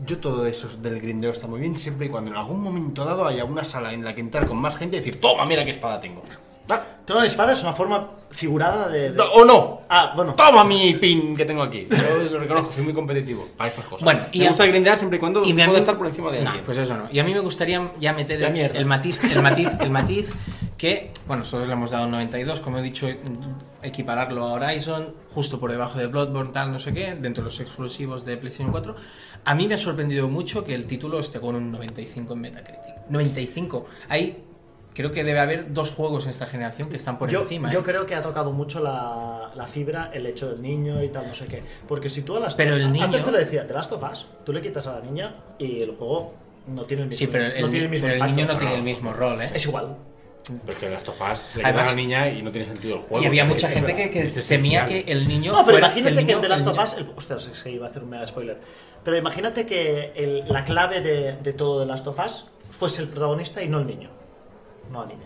Speaker 1: Yo todo eso del grindeo está muy bien siempre y cuando en algún momento dado haya una sala en la que entrar con más gente y decir, toma, mira qué espada tengo. Ah,
Speaker 2: Toda la espada es una forma figurada de. de-
Speaker 1: no, o no.
Speaker 2: Ah, bueno.
Speaker 1: Toma mi pin que tengo aquí. Yo lo reconozco, soy muy competitivo para estas cosas.
Speaker 3: Bueno, y
Speaker 1: me
Speaker 3: a-
Speaker 1: gusta grindear siempre y cuando
Speaker 3: y me-
Speaker 1: puedo estar por encima de
Speaker 3: No,
Speaker 1: alguien.
Speaker 3: pues eso no. Y a mí me gustaría ya meter
Speaker 2: La
Speaker 3: el,
Speaker 2: mierda.
Speaker 3: el matiz,
Speaker 2: <laughs>
Speaker 3: el matiz, el matiz que, bueno, nosotros le hemos dado un 92, como he dicho, equipararlo a Horizon, justo por debajo de Bloodborne, tal, no sé qué, dentro de los exclusivos de PlayStation 4. A mí me ha sorprendido mucho que el título esté con un 95 en Metacritic. 95. Hay, creo que debe haber dos juegos en esta generación que están por
Speaker 2: Yo,
Speaker 3: encima.
Speaker 2: yo
Speaker 3: ¿eh?
Speaker 2: creo que ha tocado mucho la, la fibra el hecho del niño y tal, no sé qué. Porque si tú a las.
Speaker 3: Pero el niño-
Speaker 2: Antes te lo decía, The Last of Us, tú le quitas a la niña y el juego no tiene el mismo
Speaker 3: Sí, pero el,
Speaker 2: no tiene el mismo
Speaker 3: pero el
Speaker 2: impacto.
Speaker 3: niño no tiene
Speaker 1: no.
Speaker 3: el mismo rol, ¿eh?
Speaker 2: Es igual.
Speaker 1: Porque las tofás le
Speaker 3: Además-
Speaker 1: queda a la niña y no tiene sentido el juego.
Speaker 3: Y había
Speaker 1: Es-
Speaker 3: mucha
Speaker 1: es
Speaker 3: gente
Speaker 1: verdad,
Speaker 3: que, que
Speaker 1: es
Speaker 3: temía
Speaker 1: esencial.
Speaker 3: que el niño.
Speaker 2: No, pero
Speaker 3: fuera-
Speaker 2: imagínate
Speaker 3: el
Speaker 2: que
Speaker 3: niño-
Speaker 2: en The Last
Speaker 3: el
Speaker 2: of
Speaker 3: niño-
Speaker 2: Us. el- ostras, es que iba a hacer un mega spoiler. Pero imagínate que el- la clave de, de todo The Last of Us fuese el protagonista y no el niño. No la niña.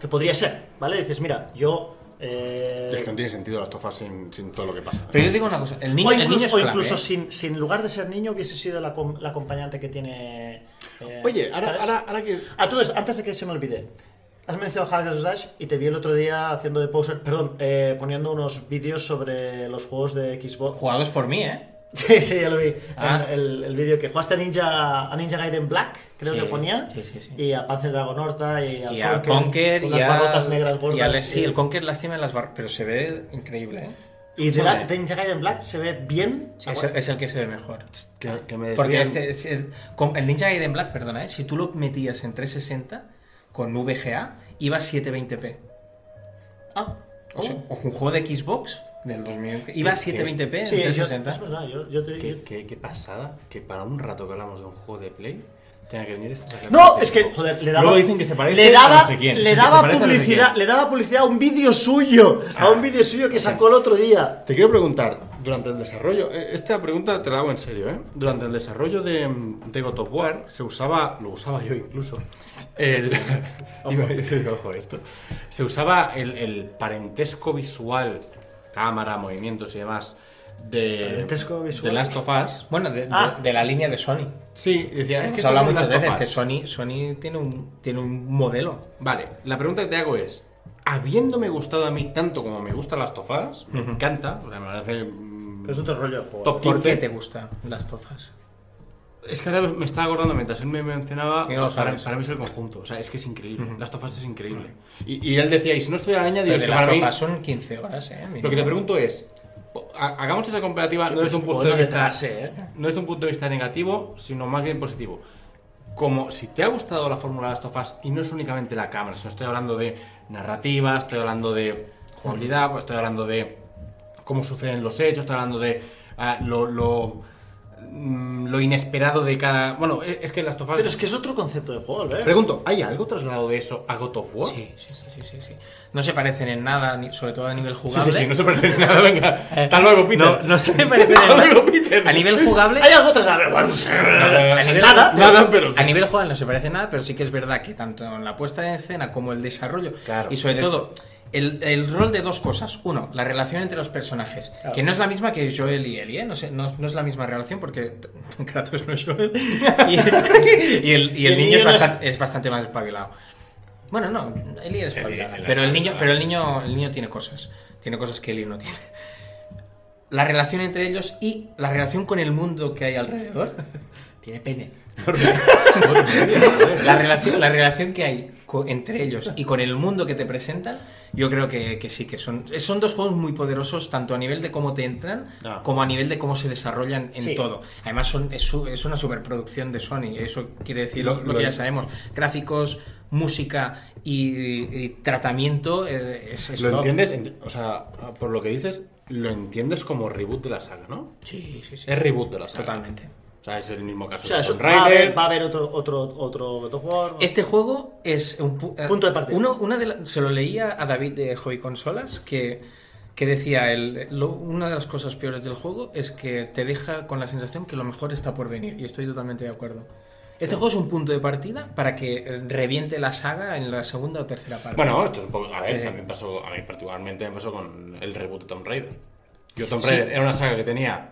Speaker 2: Que podría ser. ¿Vale? Dices, mira, yo. eh,
Speaker 1: Es que no tiene sentido las tofas sin, sin todo lo que pasa.
Speaker 3: Pero yo digo una cosa, el niño,
Speaker 2: o
Speaker 3: el niño es
Speaker 2: incluso, o
Speaker 3: clave.
Speaker 2: incluso
Speaker 3: ¿eh?
Speaker 2: sin, sin lugar de ser niño hubiese sido la, com- la acompañante que tiene. eh,
Speaker 1: Oye, ahora,
Speaker 2: ¿sabes?
Speaker 1: ahora, ahora que.
Speaker 2: A todo esto, antes de que se me olvide, has mencionado Hackers Dash y te vi el otro día haciendo de poser, perdón, eh, poniendo unos vídeos sobre los juegos de Xbox.
Speaker 3: Jugados por mí, ¿eh?
Speaker 2: Sí, sí, ya lo vi.
Speaker 3: Ah.
Speaker 2: El, el vídeo que jugaste a Ninja, a Ninja Gaiden Black, creo
Speaker 3: Sí,
Speaker 2: que ponía.
Speaker 3: sí, sí, sí.
Speaker 2: Y a Panzer Dragon Horta y a
Speaker 3: Y a
Speaker 2: Conker,
Speaker 3: Conker
Speaker 2: con
Speaker 3: y
Speaker 2: unas barrotas
Speaker 3: a.
Speaker 2: negras
Speaker 3: y al-
Speaker 2: gordas.
Speaker 3: sí,
Speaker 2: y-
Speaker 3: el Conker lástima en las barras, pero se ve increíble, ¿eh?
Speaker 2: y de la-
Speaker 1: Vale.
Speaker 2: de Ninja Gaiden Black se ve bien. Ah,
Speaker 3: Es, el- es el que se ve mejor.
Speaker 1: Que, que me
Speaker 3: Porque
Speaker 1: desvíen.
Speaker 3: este, es- es- con el Ninja Gaiden Black, perdona, ¿eh? si tú lo metías en 360 con VGA, iba a 720p.
Speaker 2: Ah,
Speaker 3: O sea, un juego de Xbox del 2000 iba a
Speaker 1: ¿Qué?
Speaker 3: 720p en
Speaker 2: sí, yo-
Speaker 3: 360.
Speaker 2: es verdad, yo, yo te, yo-
Speaker 1: Qué, qué- qué pasada que para un rato que hablamos de un juego de Play tenga que venir esta saga
Speaker 2: No,
Speaker 1: de
Speaker 2: es que,
Speaker 1: Xbox.
Speaker 2: joder, le daba.
Speaker 1: Luego dicen que se parece
Speaker 2: le daba,
Speaker 1: a no sé quién, que <laughs>
Speaker 2: le
Speaker 1: se
Speaker 2: daba
Speaker 1: parece a no sé
Speaker 2: publicidad,
Speaker 1: quién. Ah,
Speaker 2: le daba publicidad a un vídeo suyo. A un vídeo suyo que sacó el otro día.
Speaker 1: Te quiero preguntar, durante el desarrollo, eh, esta pregunta te la hago en serio, ¿eh? Durante el desarrollo de, mm, de God of War se usaba, lo usaba yo incluso,
Speaker 3: <laughs>
Speaker 1: el. Iba- iba- ojo esto. Se usaba el, el parentesco visual, cámara, movimientos y demás, de.
Speaker 2: Parentesco visual.
Speaker 1: De Last of Us.
Speaker 3: Bueno, de, de-
Speaker 2: Ah.
Speaker 3: de la línea de Sony.
Speaker 1: Sí, decía, es que
Speaker 3: Hemos
Speaker 1: esto
Speaker 3: hablado
Speaker 1: es un
Speaker 3: muchas
Speaker 1: Last of
Speaker 3: veces
Speaker 1: Us.
Speaker 3: que Sony, Sony tiene, un, tiene un modelo.
Speaker 1: Vale, la pregunta que te hago es, habiéndome gustado a mí tanto como me gusta las tofas, me encanta, o sea, me parece... mm,
Speaker 2: Es otro rollo. joder.
Speaker 1: Top
Speaker 3: ¿Por qué
Speaker 1: 15.
Speaker 3: te gustan las tofas?
Speaker 1: Es que ahora me estaba acordando mientras él me mencionaba,
Speaker 3: Que no lo
Speaker 1: para,
Speaker 3: sabes.
Speaker 1: para mí es el conjunto, o sea, es que es increíble, las tofas es increíble. Y, y él decía, y si no estoy a la leña, digo,
Speaker 3: Pero
Speaker 1: es
Speaker 3: de
Speaker 1: que
Speaker 3: las
Speaker 1: para mí...
Speaker 3: tofas son 15 horas, ¿eh?
Speaker 1: Lo que te pregunto es, po- ha- hagamos esa comparativa no
Speaker 2: Es
Speaker 1: desde
Speaker 2: un
Speaker 1: un punto
Speaker 2: juego
Speaker 1: de
Speaker 2: de
Speaker 1: vista...
Speaker 2: clase, ¿eh?
Speaker 1: No desde un punto de vista negativo, sino más bien positivo. Como si te ha gustado la fórmula de las tofas y no es únicamente la cámara, sino estoy hablando de narrativa, estoy hablando de jugabilidad, pues, estoy hablando de cómo suceden los hechos, estoy hablando de ah, lo, lo, mm, lo inesperado de cada. Bueno, e- es que las tofas.
Speaker 2: Pero es que es otro concepto de juego, ¿eh?
Speaker 1: Pregunto, ¿hay algo trasladado de eso a God of War?
Speaker 3: Sí, sí, sí, sí, sí, sí. No se parecen en nada, ni- sobre todo a nivel
Speaker 1: sí,
Speaker 3: jugable.
Speaker 1: sí, sí, no se parece en nada, venga. Hasta luego, Peter.
Speaker 3: Eh, No, no se
Speaker 1: <laughs>
Speaker 3: parecen en
Speaker 1: Hasta luego,
Speaker 3: nada.
Speaker 1: Peter.
Speaker 3: A nivel jugable.
Speaker 2: Hay algo otras. a ver, bueno,
Speaker 3: a nivel-
Speaker 2: nada, pero-
Speaker 1: nada, <laughs> pero.
Speaker 3: A nivel jugable no se parece nada, pero sí que es verdad que tanto en la puesta en escena como el desarrollo
Speaker 1: Claro.
Speaker 3: y sobre
Speaker 1: Es-
Speaker 3: todo el, el rol de dos cosas. Uno, la relación entre los personajes,
Speaker 2: Claro.
Speaker 3: que no es la misma que Joel y Ellie, ¿eh? no, sé, no, no es la misma relación porque <laughs> Kratos no es Joel y, y el, y el niño es
Speaker 2: no es-
Speaker 3: bastante, es bastante más espabilado. Bueno, no, Ellie es espabilada,
Speaker 1: Ellie es
Speaker 3: pero el niño,
Speaker 1: espabilada.
Speaker 3: pero el niño, el niño tiene cosas, tiene cosas que Ellie no tiene. La relación entre ellos y la relación con el mundo que hay alrededor. <laughs> Tiene pene. <laughs> La relación, la relación que hay co- entre ellos y con el mundo que te presentan, yo creo que, que sí, que son, son dos juegos muy poderosos, tanto a nivel de cómo te entran,
Speaker 1: Ah.
Speaker 3: como a nivel de cómo se desarrollan en
Speaker 2: Sí.
Speaker 3: todo. Además, son, es, su- es una superproducción de Sony, eso quiere decir lo,
Speaker 1: Lo-
Speaker 3: lo
Speaker 1: lo
Speaker 3: que ya
Speaker 1: es.
Speaker 3: sabemos. Gráficos, música y, y tratamiento, eh, es, es
Speaker 1: ¿Lo
Speaker 3: top.
Speaker 1: entiendes? Ent- O sea, por lo que dices, lo entiendes como reboot de la saga, ¿no?
Speaker 3: Sí, sí, sí.
Speaker 1: Es reboot de la saga.
Speaker 3: Totalmente.
Speaker 1: O sea, es el mismo caso.
Speaker 2: O sea,
Speaker 1: de
Speaker 2: eso-
Speaker 1: Tomb
Speaker 2: va, a
Speaker 1: Raider.
Speaker 2: haber, va a haber otro, otro, otro God of War.
Speaker 3: Este juego es un pu- eh,
Speaker 2: Punto de partida.
Speaker 3: Uno, una de la- se lo leía a David de Hobby Consolas que, que decía el, lo- una de las cosas peores del juego es que te deja con la sensación que lo mejor está por venir y estoy totalmente de acuerdo. Este juego es un punto de partida para que eh, reviente la saga en la segunda o tercera parte.
Speaker 1: Bueno, esto es un poco. A ver,
Speaker 3: Sí, sí.
Speaker 1: a mí me pasó, a mí particularmente me pasó con el reboot de Tomb Raider. Yo Tomb
Speaker 3: Sí.
Speaker 1: Raider era una saga que tenía.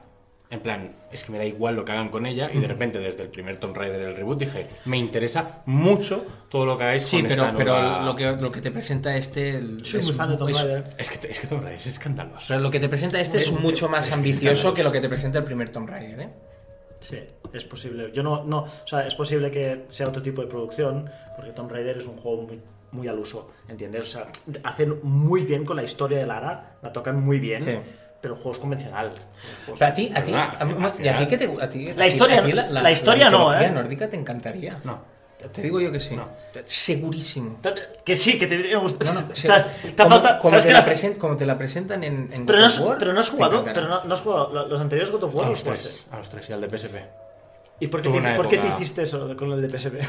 Speaker 1: En plan, es que me da igual lo que hagan con ella. Y de repente, desde el primer Tomb Raider el reboot, dije, me interesa mucho todo lo que hagáis
Speaker 3: sí,
Speaker 1: con
Speaker 3: pero,
Speaker 1: esta nueva-
Speaker 3: pero lo, que, lo que te presenta este... el-
Speaker 2: Soy
Speaker 3: es-
Speaker 2: muy fan de Tomb
Speaker 3: es-
Speaker 2: Raider.
Speaker 1: Es que, es que Tomb Raider es escandaloso.
Speaker 3: pero lo que te presenta este es
Speaker 1: Hombre,
Speaker 3: mucho más
Speaker 1: es que
Speaker 3: ambicioso
Speaker 1: escándalo.
Speaker 3: que lo que te presenta el primer Tomb Raider, ¿eh?
Speaker 2: Sí, es posible. Yo no, no, o sea, es posible que sea otro tipo de producción, porque Tomb Raider es un juego muy, muy al uso, ¿entiendes? O sea, hacen muy bien con la historia de Lara, la tocan muy bien,
Speaker 3: Sí.
Speaker 2: pero el juego es convencional. El juego es-
Speaker 3: Pero a ti, a ti,
Speaker 1: Pero nada,
Speaker 3: a-
Speaker 1: al
Speaker 3: ¿y a ti
Speaker 1: final-
Speaker 3: qué te gu- a ti-
Speaker 2: La
Speaker 3: a ti-
Speaker 2: historia
Speaker 3: a ti
Speaker 2: no- la historia no,
Speaker 3: mitología
Speaker 2: ¿eh?
Speaker 3: nórdica te encantaría.
Speaker 1: No.
Speaker 3: Te digo yo que sí.
Speaker 1: No.
Speaker 2: <laughs>
Speaker 3: Segurísimo.
Speaker 2: Que sí, que te me gusta.
Speaker 3: O
Speaker 2: Te ha-
Speaker 3: sea,
Speaker 2: te ha
Speaker 3: como,
Speaker 2: faltado-
Speaker 3: como
Speaker 2: ¿sabes
Speaker 3: te
Speaker 2: que
Speaker 3: la
Speaker 2: la-
Speaker 3: presen- como te la presentan en, en
Speaker 2: Pero
Speaker 3: God
Speaker 2: no,
Speaker 3: of
Speaker 2: has,
Speaker 3: War,
Speaker 2: pero no has
Speaker 3: te
Speaker 2: jugado,
Speaker 3: encantará. Ah, pues,
Speaker 2: pero no, no has jugado lo- los anteriores God of
Speaker 1: A
Speaker 2: War los
Speaker 1: los,
Speaker 2: jugaste.
Speaker 1: tres, a los tres y al de PSP.
Speaker 2: ¿Y por qué,
Speaker 1: Tuve
Speaker 2: te,
Speaker 1: una
Speaker 2: por qué te
Speaker 1: época-
Speaker 2: hiciste eso de- con el de PSP?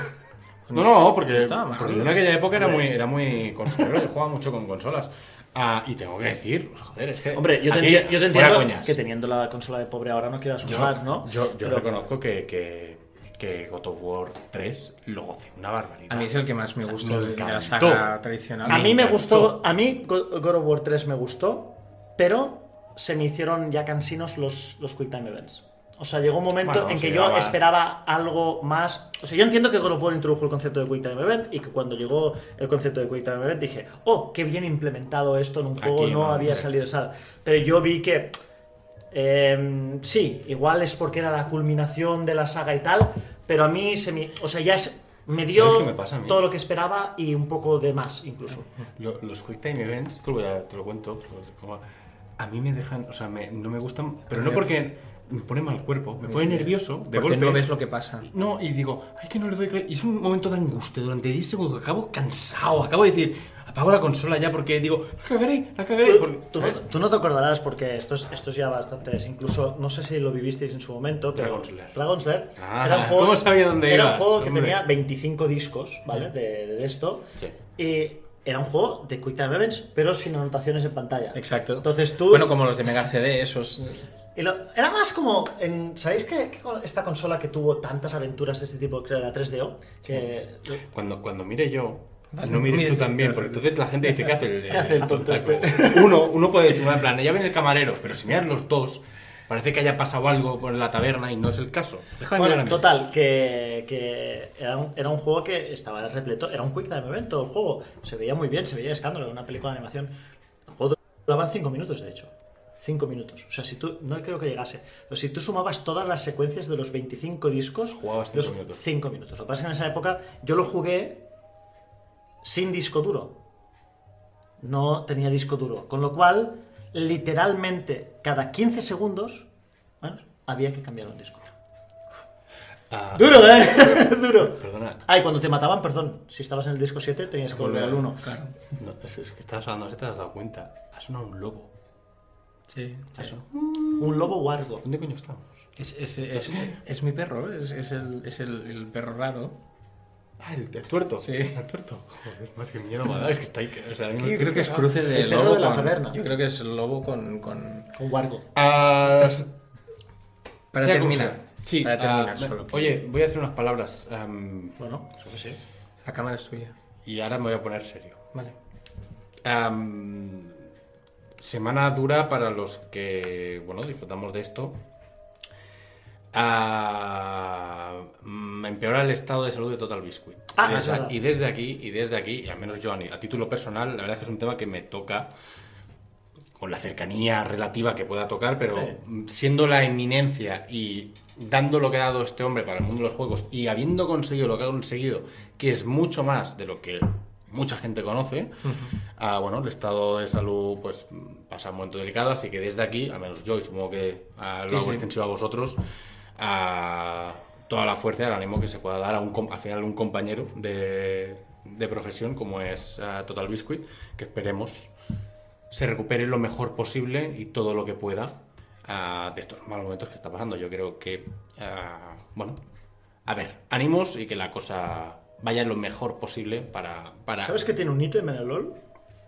Speaker 1: No,
Speaker 3: Pues
Speaker 1: no, porque,
Speaker 3: estaba mal.
Speaker 1: porque yo en aquella época era muy, era muy consolero, yo jugaba mucho con consolas. Ah, y tengo que decir, pues, joder, es que.
Speaker 2: Hombre, yo te,
Speaker 1: aquí,
Speaker 2: enti- yo te
Speaker 1: fuera
Speaker 2: entiendo
Speaker 1: coñas.
Speaker 2: que teniendo la consola de pobre ahora no quieras
Speaker 1: Yo-
Speaker 2: jugar, ¿no?
Speaker 1: Yo, yo
Speaker 2: Pero-
Speaker 1: reconozco que, que que God of War 3 lo goce una barbaridad.
Speaker 3: A mí es el que más me
Speaker 1: O sea,
Speaker 3: gustó
Speaker 1: me
Speaker 3: de, de la
Speaker 1: encantó.
Speaker 3: saga tradicional.
Speaker 2: A mí me
Speaker 1: encantó.
Speaker 2: gustó, a mí Go- God of War 3 me gustó, pero se me hicieron ya cansinos los, los Quick Time Events. O sea, llegó un momento
Speaker 1: Bueno,
Speaker 2: en
Speaker 1: sí,
Speaker 2: que yo
Speaker 1: ahora-
Speaker 2: esperaba algo más. O sea, yo entiendo que God of War introdujo el concepto de Quick Time Event y que cuando llegó el concepto de Quick Time Event dije, oh, qué bien implementado esto en un juego,
Speaker 1: Aquí,
Speaker 2: no,
Speaker 1: ¿no?
Speaker 2: había
Speaker 1: Sí.
Speaker 2: salido esa. Pero yo vi que. eh, sí, igual es porque era la culminación de la saga y tal, pero a mí se me. O sea, ya es- me dio
Speaker 1: ¿Sabes qué me pasa a mí?
Speaker 2: todo lo que esperaba y un poco de más incluso.
Speaker 1: Lo- los Quick Time Events, te lo, voy a- te lo cuento, te lo- te lo pongo. a mí me dejan, o sea, me- no me gustan, pero no porque me pone mal cuerpo, me pone nervioso de
Speaker 3: porque
Speaker 1: golpe.
Speaker 3: no ves lo que pasa.
Speaker 1: No, y digo, ay, que no le doy crédito. Y es un momento de angustia durante 10 segundos. Acabo cansado, acabo de decir, apago la consola ya porque digo, la cagaré, la cagaré.
Speaker 2: Tú,
Speaker 1: porque-
Speaker 2: tú no,
Speaker 1: ¿sabes?
Speaker 2: tú no te acordarás porque esto es, esto es ya bastante. es Incluso, no sé si lo vivisteis en su momento, pero.
Speaker 1: Dragon Slayer.
Speaker 2: Dragon Slayer
Speaker 1: Ah,
Speaker 2: era un juego,
Speaker 1: ¿cómo sabía dónde
Speaker 2: era un
Speaker 1: ibas,
Speaker 2: juego que
Speaker 1: hombre?
Speaker 2: tenía 25 discos, ¿vale? De, de esto.
Speaker 1: Sí.
Speaker 2: Y era un juego de Quick Time Events, pero sin anotaciones en pantalla.
Speaker 3: Exacto.
Speaker 2: Entonces tú.
Speaker 3: Bueno, como los de Mega CD, esos.
Speaker 2: y lo- era más como. En, ¿Sabéis que, que con esta consola que tuvo tantas aventuras de este tipo, que era la 3DO? Que,
Speaker 1: Cuando, cuando mire yo,
Speaker 3: Vale,
Speaker 1: no mires
Speaker 3: mires
Speaker 1: tú
Speaker 3: tú,
Speaker 1: también,
Speaker 3: claro.
Speaker 1: porque entonces la gente dice, <laughs> ¿qué hace el, este?
Speaker 2: ¿Qué hace el tonto
Speaker 1: tontaco?". <laughs> Uno, uno puede decir, bueno, en plan, ya viene el camarero, pero si miras los dos, parece que haya pasado algo por la taberna y no es el caso. Déjame mirar a
Speaker 2: Bueno,
Speaker 1: mí.
Speaker 2: total, que, que era, un, era un juego que estaba repleto, era un quick time event todo el juego, se veía muy bien, se veía escándalo, era una película de animación. El juego duraba 5 minutos, de hecho. 5 minutos. O sea, si tú, no creo que llegase, pero si tú sumabas todas las secuencias de los 25 discos,
Speaker 1: Jugabas cinco
Speaker 2: los
Speaker 1: minutos.
Speaker 2: 5 minutos. Lo que pasa es que en esa época yo lo jugué sin disco duro. No tenía disco duro. Con lo cual, literalmente, cada 15 segundos, bueno, había que cambiar un disco.
Speaker 1: Ah,
Speaker 2: Duro, ¿eh? <laughs> Duro.
Speaker 1: Perdona,
Speaker 2: Ay, cuando te mataban, perdón. Si estabas en el disco 7, tenías que volver al 1.
Speaker 3: Claro.
Speaker 1: no, es, es que estabas hablando, no sé si te has dado cuenta. Ha sonado un lobo.
Speaker 3: Sí.
Speaker 1: Ha sonado-
Speaker 2: Un lobo guardo.
Speaker 1: ¿Dónde coño estamos?
Speaker 3: Es, es, es, es mi perro, es, es el, es el, el perro raro.
Speaker 1: Ah, el, el tuerto. Sí, el tuerto. Joder, más que miedo me ha dado, es que está ahí. que- O sea, ahora mismo
Speaker 3: Yo
Speaker 1: estoy
Speaker 3: creo que es
Speaker 1: cagado.
Speaker 3: cruce de
Speaker 2: El perro
Speaker 3: lobo
Speaker 2: de la
Speaker 3: con-
Speaker 2: taberna.
Speaker 3: Yo creo que es lobo con. con...
Speaker 2: Un guargo.
Speaker 1: Ah,
Speaker 3: Para
Speaker 1: sea como
Speaker 3: terminar.
Speaker 1: sea. Sí,
Speaker 3: para terminar
Speaker 1: ah,
Speaker 3: solo.
Speaker 1: Oye, voy a hacer unas palabras. am,
Speaker 2: Bueno, eso que sí.
Speaker 3: La cámara es tuya.
Speaker 1: y ahora me voy a poner serio.
Speaker 3: Vale.
Speaker 1: Am, semana dura para los que, bueno, disfrutamos de esto. Ah, mm, empeora el estado de salud de Total Biscuit.
Speaker 2: Ah,
Speaker 1: Y
Speaker 2: es
Speaker 1: desde-
Speaker 2: verdad.
Speaker 1: y desde aquí, y desde aquí, y al menos yo a, ni- a título personal, la verdad es que es un tema que me toca con la cercanía relativa que pueda tocar, pero
Speaker 2: Eh.
Speaker 1: mm, siendo la eminencia y dando lo que ha dado este hombre para el mundo de los juegos y habiendo conseguido lo que ha conseguido, que es mucho más de lo que mucha gente conoce, ah, bueno, el estado de salud pues mm, pasa un momento delicado, así que desde aquí, al menos yo, y supongo que ah, lo
Speaker 3: Sí,
Speaker 1: hago
Speaker 3: sí.
Speaker 1: extensivo a vosotros, a toda la fuerza y el ánimo que se pueda dar a un, com- al final un compañero de, de profesión como es ah, Total Biscuit, que esperemos se recupere lo mejor posible y todo lo que pueda ah, de estos malos momentos que está pasando. Yo creo que, ah, bueno, a ver, ánimos y que la cosa vaya lo mejor posible para... para...
Speaker 2: ¿Sabes Eh. que tiene un ítem en el LOL?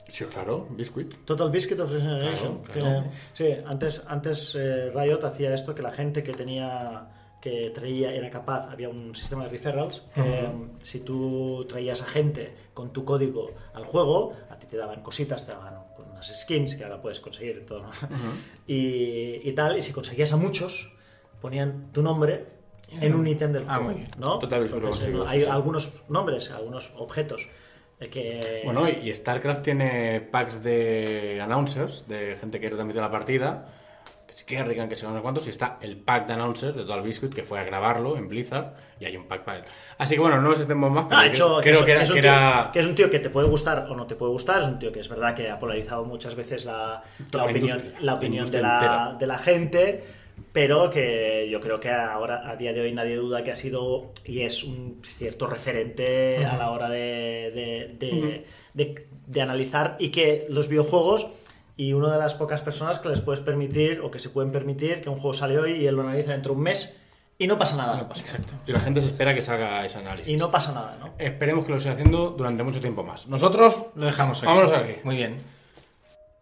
Speaker 1: Sí, claro, Biscuit.
Speaker 2: Total Biscuit of Generation.
Speaker 1: Claro,
Speaker 2: Tiene-
Speaker 1: claro.
Speaker 2: Sí, antes, antes eh, Riot hacía esto que la gente que tenía que traía era capaz, había un sistema de referrals, que em, si tú traías a gente con tu código al juego, a ti te daban cositas, te daban unas skins que ahora puedes conseguir y todo, ¿no? <laughs> y, y tal, y si conseguías a muchos, ponían tu nombre en un ítem del
Speaker 3: Ah,
Speaker 2: juego,
Speaker 3: muy bien.
Speaker 2: ¿no?
Speaker 1: Total Biscuit lo
Speaker 2: Entonces, eh,
Speaker 1: consigues,
Speaker 2: hay
Speaker 1: sí, sí.
Speaker 2: algunos nombres, algunos objetos eh, que...
Speaker 1: Bueno, y StarCraft tiene packs de announcers, de gente que retransmite la partida, que si quiere Rican, que se van a cuantos, y está el pack de announcers de Total Biscuit, que fue a grabarlo en Blizzard, y hay un pack para él. Así que bueno, no nos estemos más, pero
Speaker 2: Ah,
Speaker 1: yo
Speaker 2: hecho,
Speaker 1: creo
Speaker 2: es-
Speaker 1: que era...
Speaker 2: es un
Speaker 1: que
Speaker 2: tío-
Speaker 1: era-
Speaker 2: que es un tío que te puede gustar o no te puede gustar, es un tío que es verdad que ha polarizado muchas veces la, la
Speaker 1: Toda la
Speaker 2: opinión,
Speaker 1: industria,
Speaker 2: la
Speaker 1: la
Speaker 2: opinión de,
Speaker 1: industria
Speaker 2: la,
Speaker 1: entera.
Speaker 2: de la gente, pero que yo creo que ahora, a día de hoy, nadie duda que ha sido y es un cierto referente a la hora de, de, de- de- de analizar y que los videojuegos... Y una de las pocas personas que les puedes permitir o que se pueden permitir que un juego sale hoy y él lo analiza dentro de un mes y no pasa nada.
Speaker 3: Exacto.
Speaker 1: Y la gente se espera que salga ese análisis.
Speaker 2: Y no pasa nada, ¿no?
Speaker 1: Esperemos que lo siga haciendo durante mucho tiempo más. Nosotros
Speaker 3: Lo dejamos aquí.
Speaker 1: Vámonos aquí.
Speaker 3: Muy bien.